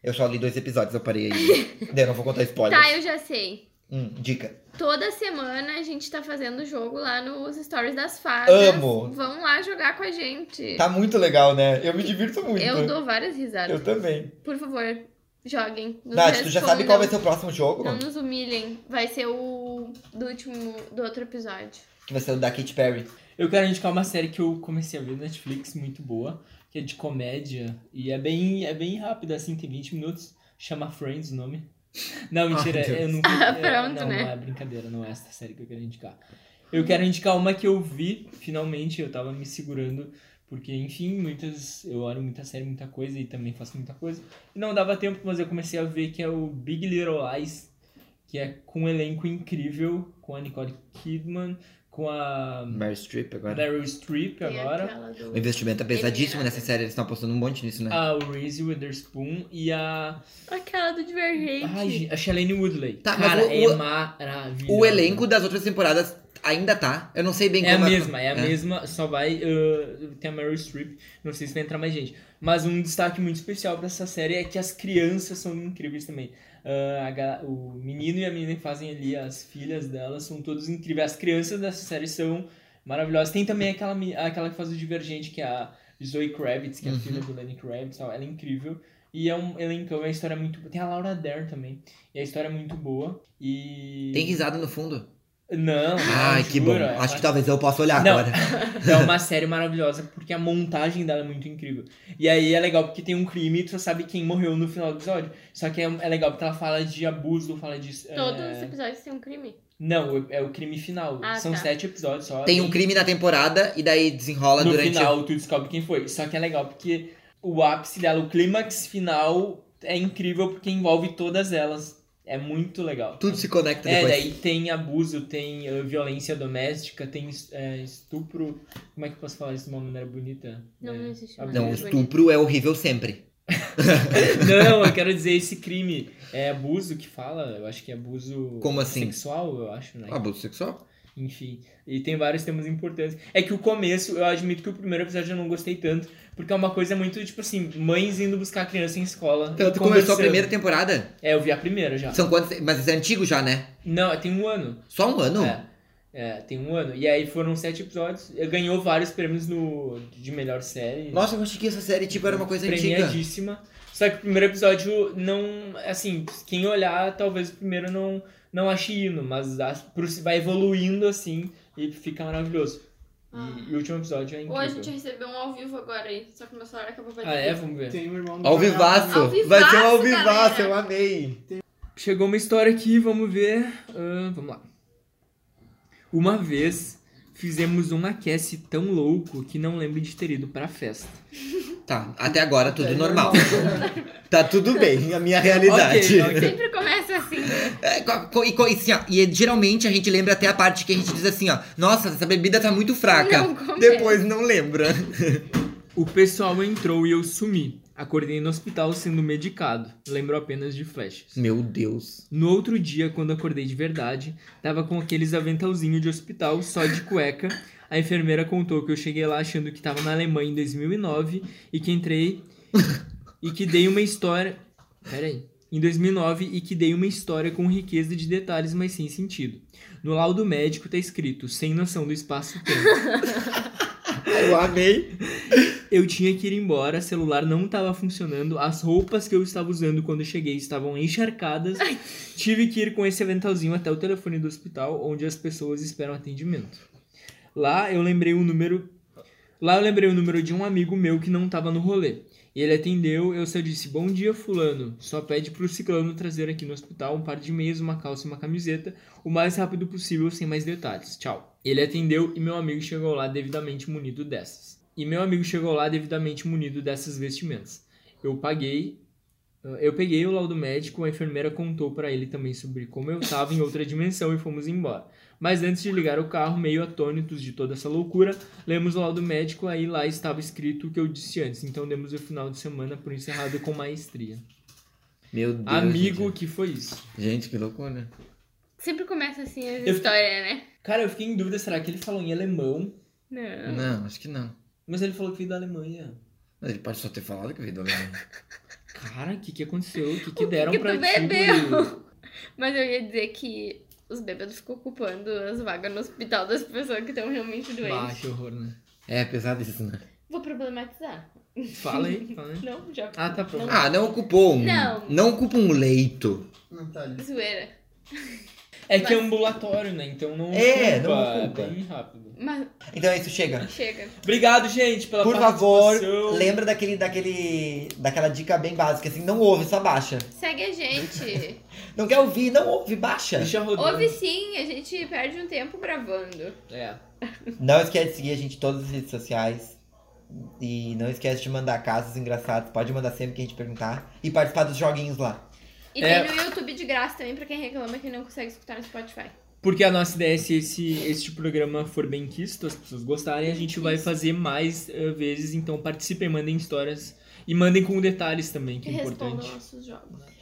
Speaker 1: Eu só li dois episódios, eu parei aí. Daí eu não vou contar spoiler.
Speaker 2: Tá, eu já sei.
Speaker 1: Hum, dica.
Speaker 2: Toda semana a gente tá fazendo jogo lá nos stories das fadas.
Speaker 1: Amo.
Speaker 2: Vão lá jogar com a gente.
Speaker 1: Tá muito legal, né? Eu me divirto muito.
Speaker 2: Eu dou várias risadas.
Speaker 1: Eu também.
Speaker 2: Por favor, joguem. Nos
Speaker 1: Nath, tipo, tu já sabe
Speaker 2: respondam.
Speaker 1: qual vai ser o próximo jogo?
Speaker 2: Não nos humilhem. Vai ser o do último, do outro episódio.
Speaker 1: Que vai ser o da Katy Perry.
Speaker 3: Eu quero indicar uma série que eu comecei a ver na Netflix, muito boa, que é de comédia. E é bem, é bem rápida, assim, tem 20 minutos. Chama Friends o nome. Não, mentira,
Speaker 1: Ai, Deus.
Speaker 3: eu nunca.
Speaker 2: Ah,
Speaker 3: é,
Speaker 2: pronto,
Speaker 3: não,
Speaker 2: né?
Speaker 3: não é brincadeira, não é essa série que eu quero indicar. Eu quero indicar uma que eu vi, finalmente, eu tava me segurando, porque, enfim, muitas. Eu olho muita série, muita coisa, e também faço muita coisa. E não dava tempo, mas eu comecei a ver que é o Big Little Lies, que é com um elenco incrível, com a Nicole Kidman, com a.
Speaker 1: Meryl Streep agora.
Speaker 3: Meryl Streep
Speaker 2: Tem
Speaker 3: agora.
Speaker 2: aquela do-
Speaker 1: O investimento é pesadíssimo nessa série, eles estão apostando um monte nisso, né?
Speaker 3: A Reese Witherspoon e a.
Speaker 2: Aquela do Divergente.
Speaker 3: Ai, gente, a Shailene Woodley.
Speaker 1: Tá, mas
Speaker 3: Cara,
Speaker 1: o-
Speaker 3: é
Speaker 1: o-
Speaker 3: maravilhoso.
Speaker 1: O elenco das outras temporadas ainda tá. Eu não sei bem
Speaker 3: É a
Speaker 1: como
Speaker 3: mesma, é a mesma, só vai. uh, tem a Meryl Streep, não sei se vai entrar mais gente. Mas um destaque muito especial pra essa série é que as crianças são incríveis também. Uh, a ga- o menino e a menina que fazem ali, as filhas delas, são todos incríveis. As crianças dessa série são maravilhosas. Tem também aquela, meni- aquela que faz o Divergente, que é a Zoe Kravitz, que é
Speaker 1: Uhum.
Speaker 3: a filha do Lenny Kravitz, tal. ela é incrível. E é um elencão, é uma história muito. Tem a Laura Dern também. E a história é muito boa. E.
Speaker 1: Tem risada no fundo.
Speaker 3: Não.
Speaker 1: Ai,
Speaker 3: não,
Speaker 1: que
Speaker 3: juro,
Speaker 1: bom.
Speaker 3: é
Speaker 1: Acho que tá
Speaker 3: uma-
Speaker 1: talvez eu possa olhar
Speaker 3: Não.
Speaker 1: agora.
Speaker 3: é uma série maravilhosa porque a montagem dela é muito incrível. E aí é legal porque tem um crime e tu só sabe quem morreu no final do episódio. Só que é, é legal porque ela fala de abuso, fala de. é,
Speaker 2: Todos os episódios têm um crime.
Speaker 3: Não, é o crime final.
Speaker 2: Ah,
Speaker 3: São
Speaker 2: tá.
Speaker 3: sete episódios só.
Speaker 1: Tem
Speaker 3: E
Speaker 1: um crime na temporada e daí desenrola
Speaker 3: No
Speaker 1: durante.
Speaker 3: final tu descobre quem foi. Só que é legal porque o ápice dela, o clímax final é incrível porque envolve todas elas. É muito legal.
Speaker 1: Tudo se conecta
Speaker 3: É,
Speaker 1: depois.
Speaker 3: daí tem abuso, tem eh, violência doméstica, tem eh, estupro. Como é que eu posso falar isso de uma maneira bonita?
Speaker 2: Não,
Speaker 3: Eh,
Speaker 2: não existe
Speaker 3: abuso.
Speaker 1: Não, o
Speaker 2: É
Speaker 1: estupro é horrível sempre.
Speaker 3: Não, eu quero dizer esse crime. É abuso que fala, eu acho que é abuso
Speaker 1: Como assim?
Speaker 3: sexual, eu acho, né?
Speaker 1: Abuso sexual?
Speaker 3: Enfim. E tem vários temas importantes. É que o começo, eu admito que o primeiro episódio eu não gostei tanto, porque é uma coisa muito, tipo assim, mães indo buscar criança em escola.
Speaker 1: Então,
Speaker 3: e
Speaker 1: tu começou a
Speaker 3: conversando.
Speaker 1: primeira temporada?
Speaker 3: É, eu vi a primeira já.
Speaker 1: São quantos. Mas isso é antigo já, né?
Speaker 3: Não, tem um ano.
Speaker 1: Só um ano?
Speaker 3: É. É, tem um ano. E aí foram sete episódios. Eu Ganhou vários prêmios no, de melhor série. é
Speaker 1: Nossa, eu achei que essa série, tipo, era uma coisa antiga.
Speaker 3: premiadíssima. Só que o primeiro episódio não. Assim, quem olhar, talvez o primeiro não, não ache hino, mas as- pro- vai evoluindo assim e fica maravilhoso.
Speaker 2: Ah.
Speaker 3: E, e o último episódio é
Speaker 2: Ou a
Speaker 3: incrível.
Speaker 2: gente recebeu um ao vivo agora aí, só que meu celular acabou pra
Speaker 3: Ah, é? Vamos ver.
Speaker 4: Tem um irmão do
Speaker 1: Ao
Speaker 4: Gabriel
Speaker 1: vivaço.
Speaker 2: Ao vivaço, né?
Speaker 1: Vai ser um ao vivaço,
Speaker 2: galera.
Speaker 1: eu amei.
Speaker 3: Chegou uma história aqui, vamos ver. Ah, vamos lá. Uma vez fizemos um aquece tão louco que não lembro de ter ido pra festa.
Speaker 1: Tá, até agora tudo
Speaker 4: É
Speaker 1: normal.
Speaker 2: né?
Speaker 1: Tá tudo bem, a minha realidade.
Speaker 3: Ok, ok.
Speaker 2: Sempre começa assim, né?
Speaker 1: É, co- co- e co- e assim, ó, e geralmente a gente lembra até a parte que a gente diz assim, ó. Nossa, essa bebida tá muito fraca.
Speaker 2: Não começa.
Speaker 1: Depois não lembra.
Speaker 3: O pessoal entrou e eu sumi. Acordei no hospital sendo medicado. Lembro apenas de flashes.
Speaker 1: Meu Deus.
Speaker 3: No outro dia, quando acordei de verdade, tava com aqueles aventalzinhos de hospital, só de cueca. A enfermeira contou que eu cheguei lá achando que tava na Alemanha em 2009 e que entrei e que dei uma história. Pera aí. Em 2009 e que dei uma história com riqueza de detalhes, mas sem sentido. No laudo médico tá escrito, sem noção do espaço-tempo.
Speaker 1: Eu amei.
Speaker 3: Eu tinha que ir embora, celular não estava funcionando, as roupas que eu estava usando quando cheguei estavam encharcadas. Tive que ir com esse aventalzinho até o telefone do hospital, onde as pessoas esperam atendimento. Lá eu lembrei o número. Lá eu lembrei o número de um amigo meu que não estava no rolê. E ele atendeu, eu só disse: Bom dia, Fulano. Só pede pro Ciclano trazer aqui no hospital um par de meias, uma calça e uma camiseta, o mais rápido possível, sem mais detalhes. Tchau. Ele atendeu e meu amigo chegou lá devidamente munido dessas. E meu amigo chegou lá devidamente munido dessas vestimentas. Eu paguei. ah, Eu peguei o laudo médico, a enfermeira contou pra ele também sobre como eu tava em outra dimensão e fomos embora. Mas antes de ligar o carro, meio atônitos de toda essa loucura, Lemos o laudo médico, aí lá estava escrito o que eu disse antes. Então demos o final de semana por encerrado com maestria.
Speaker 1: Meu Deus.
Speaker 3: Amigo, que foi isso?
Speaker 1: Gente, Gente, que loucura.
Speaker 2: Sempre começa assim as
Speaker 3: Eu-
Speaker 2: histórias, né?
Speaker 3: Cara, eu fiquei em dúvida, será que ele falou em alemão?
Speaker 2: Não.
Speaker 1: Não, acho que não.
Speaker 3: Mas ele falou que veio da Alemanha.
Speaker 1: Mas ele pode só ter falado que veio do Alemanha.
Speaker 3: Cara, o que, que aconteceu? O que,
Speaker 2: que
Speaker 3: que deram
Speaker 2: que
Speaker 3: pra
Speaker 2: tu
Speaker 3: ti,
Speaker 2: bebeu?
Speaker 3: guri?
Speaker 2: Mas eu ia dizer que os bêbados ficam ocupando as vagas no hospital das pessoas que estão realmente doentes.
Speaker 3: Bah, que horror, né?
Speaker 1: É, pesado isso, né?
Speaker 2: Vou problematizar.
Speaker 3: Fala aí, fala aí.
Speaker 2: Não, já.
Speaker 3: Ah, tá pronto.
Speaker 1: Ah, não ocupou um.
Speaker 2: Não.
Speaker 1: Não ocupa um leito.
Speaker 4: Natália.
Speaker 2: Zoeira.
Speaker 3: É que é ambulatório, né? Então não
Speaker 1: É,
Speaker 3: ocupa,
Speaker 1: não
Speaker 3: é
Speaker 1: ocupa.
Speaker 3: bem rápido.
Speaker 2: Mas
Speaker 1: Então é isso, chega.
Speaker 2: chega.
Speaker 3: Obrigado, gente, pela
Speaker 1: Por favor,
Speaker 3: participação.
Speaker 1: lembra daquele, daquele, daquela dica bem básica, assim, não ouve, só baixa.
Speaker 2: Segue a gente.
Speaker 1: Não quer ouvir, não ouve, baixa.
Speaker 3: Deixa rodando.
Speaker 2: Ouve sim, a gente perde um tempo gravando.
Speaker 3: É.
Speaker 1: Não esquece de seguir a gente em todas as redes sociais. E não esquece de mandar casos engraçados. Pode mandar sempre que a gente perguntar. E participar dos joguinhos lá.
Speaker 2: E
Speaker 3: É.
Speaker 2: tem no YouTube de graça também pra quem reclama que não consegue escutar no Spotify.
Speaker 3: Porque a nossa ideia é se esse, este programa for bem quisto, as pessoas gostarem, a gente vai fazer mais eh, vezes, então participem, mandem histórias e mandem com detalhes também, que
Speaker 2: Que
Speaker 3: é importante.
Speaker 2: respondam nossos jogos.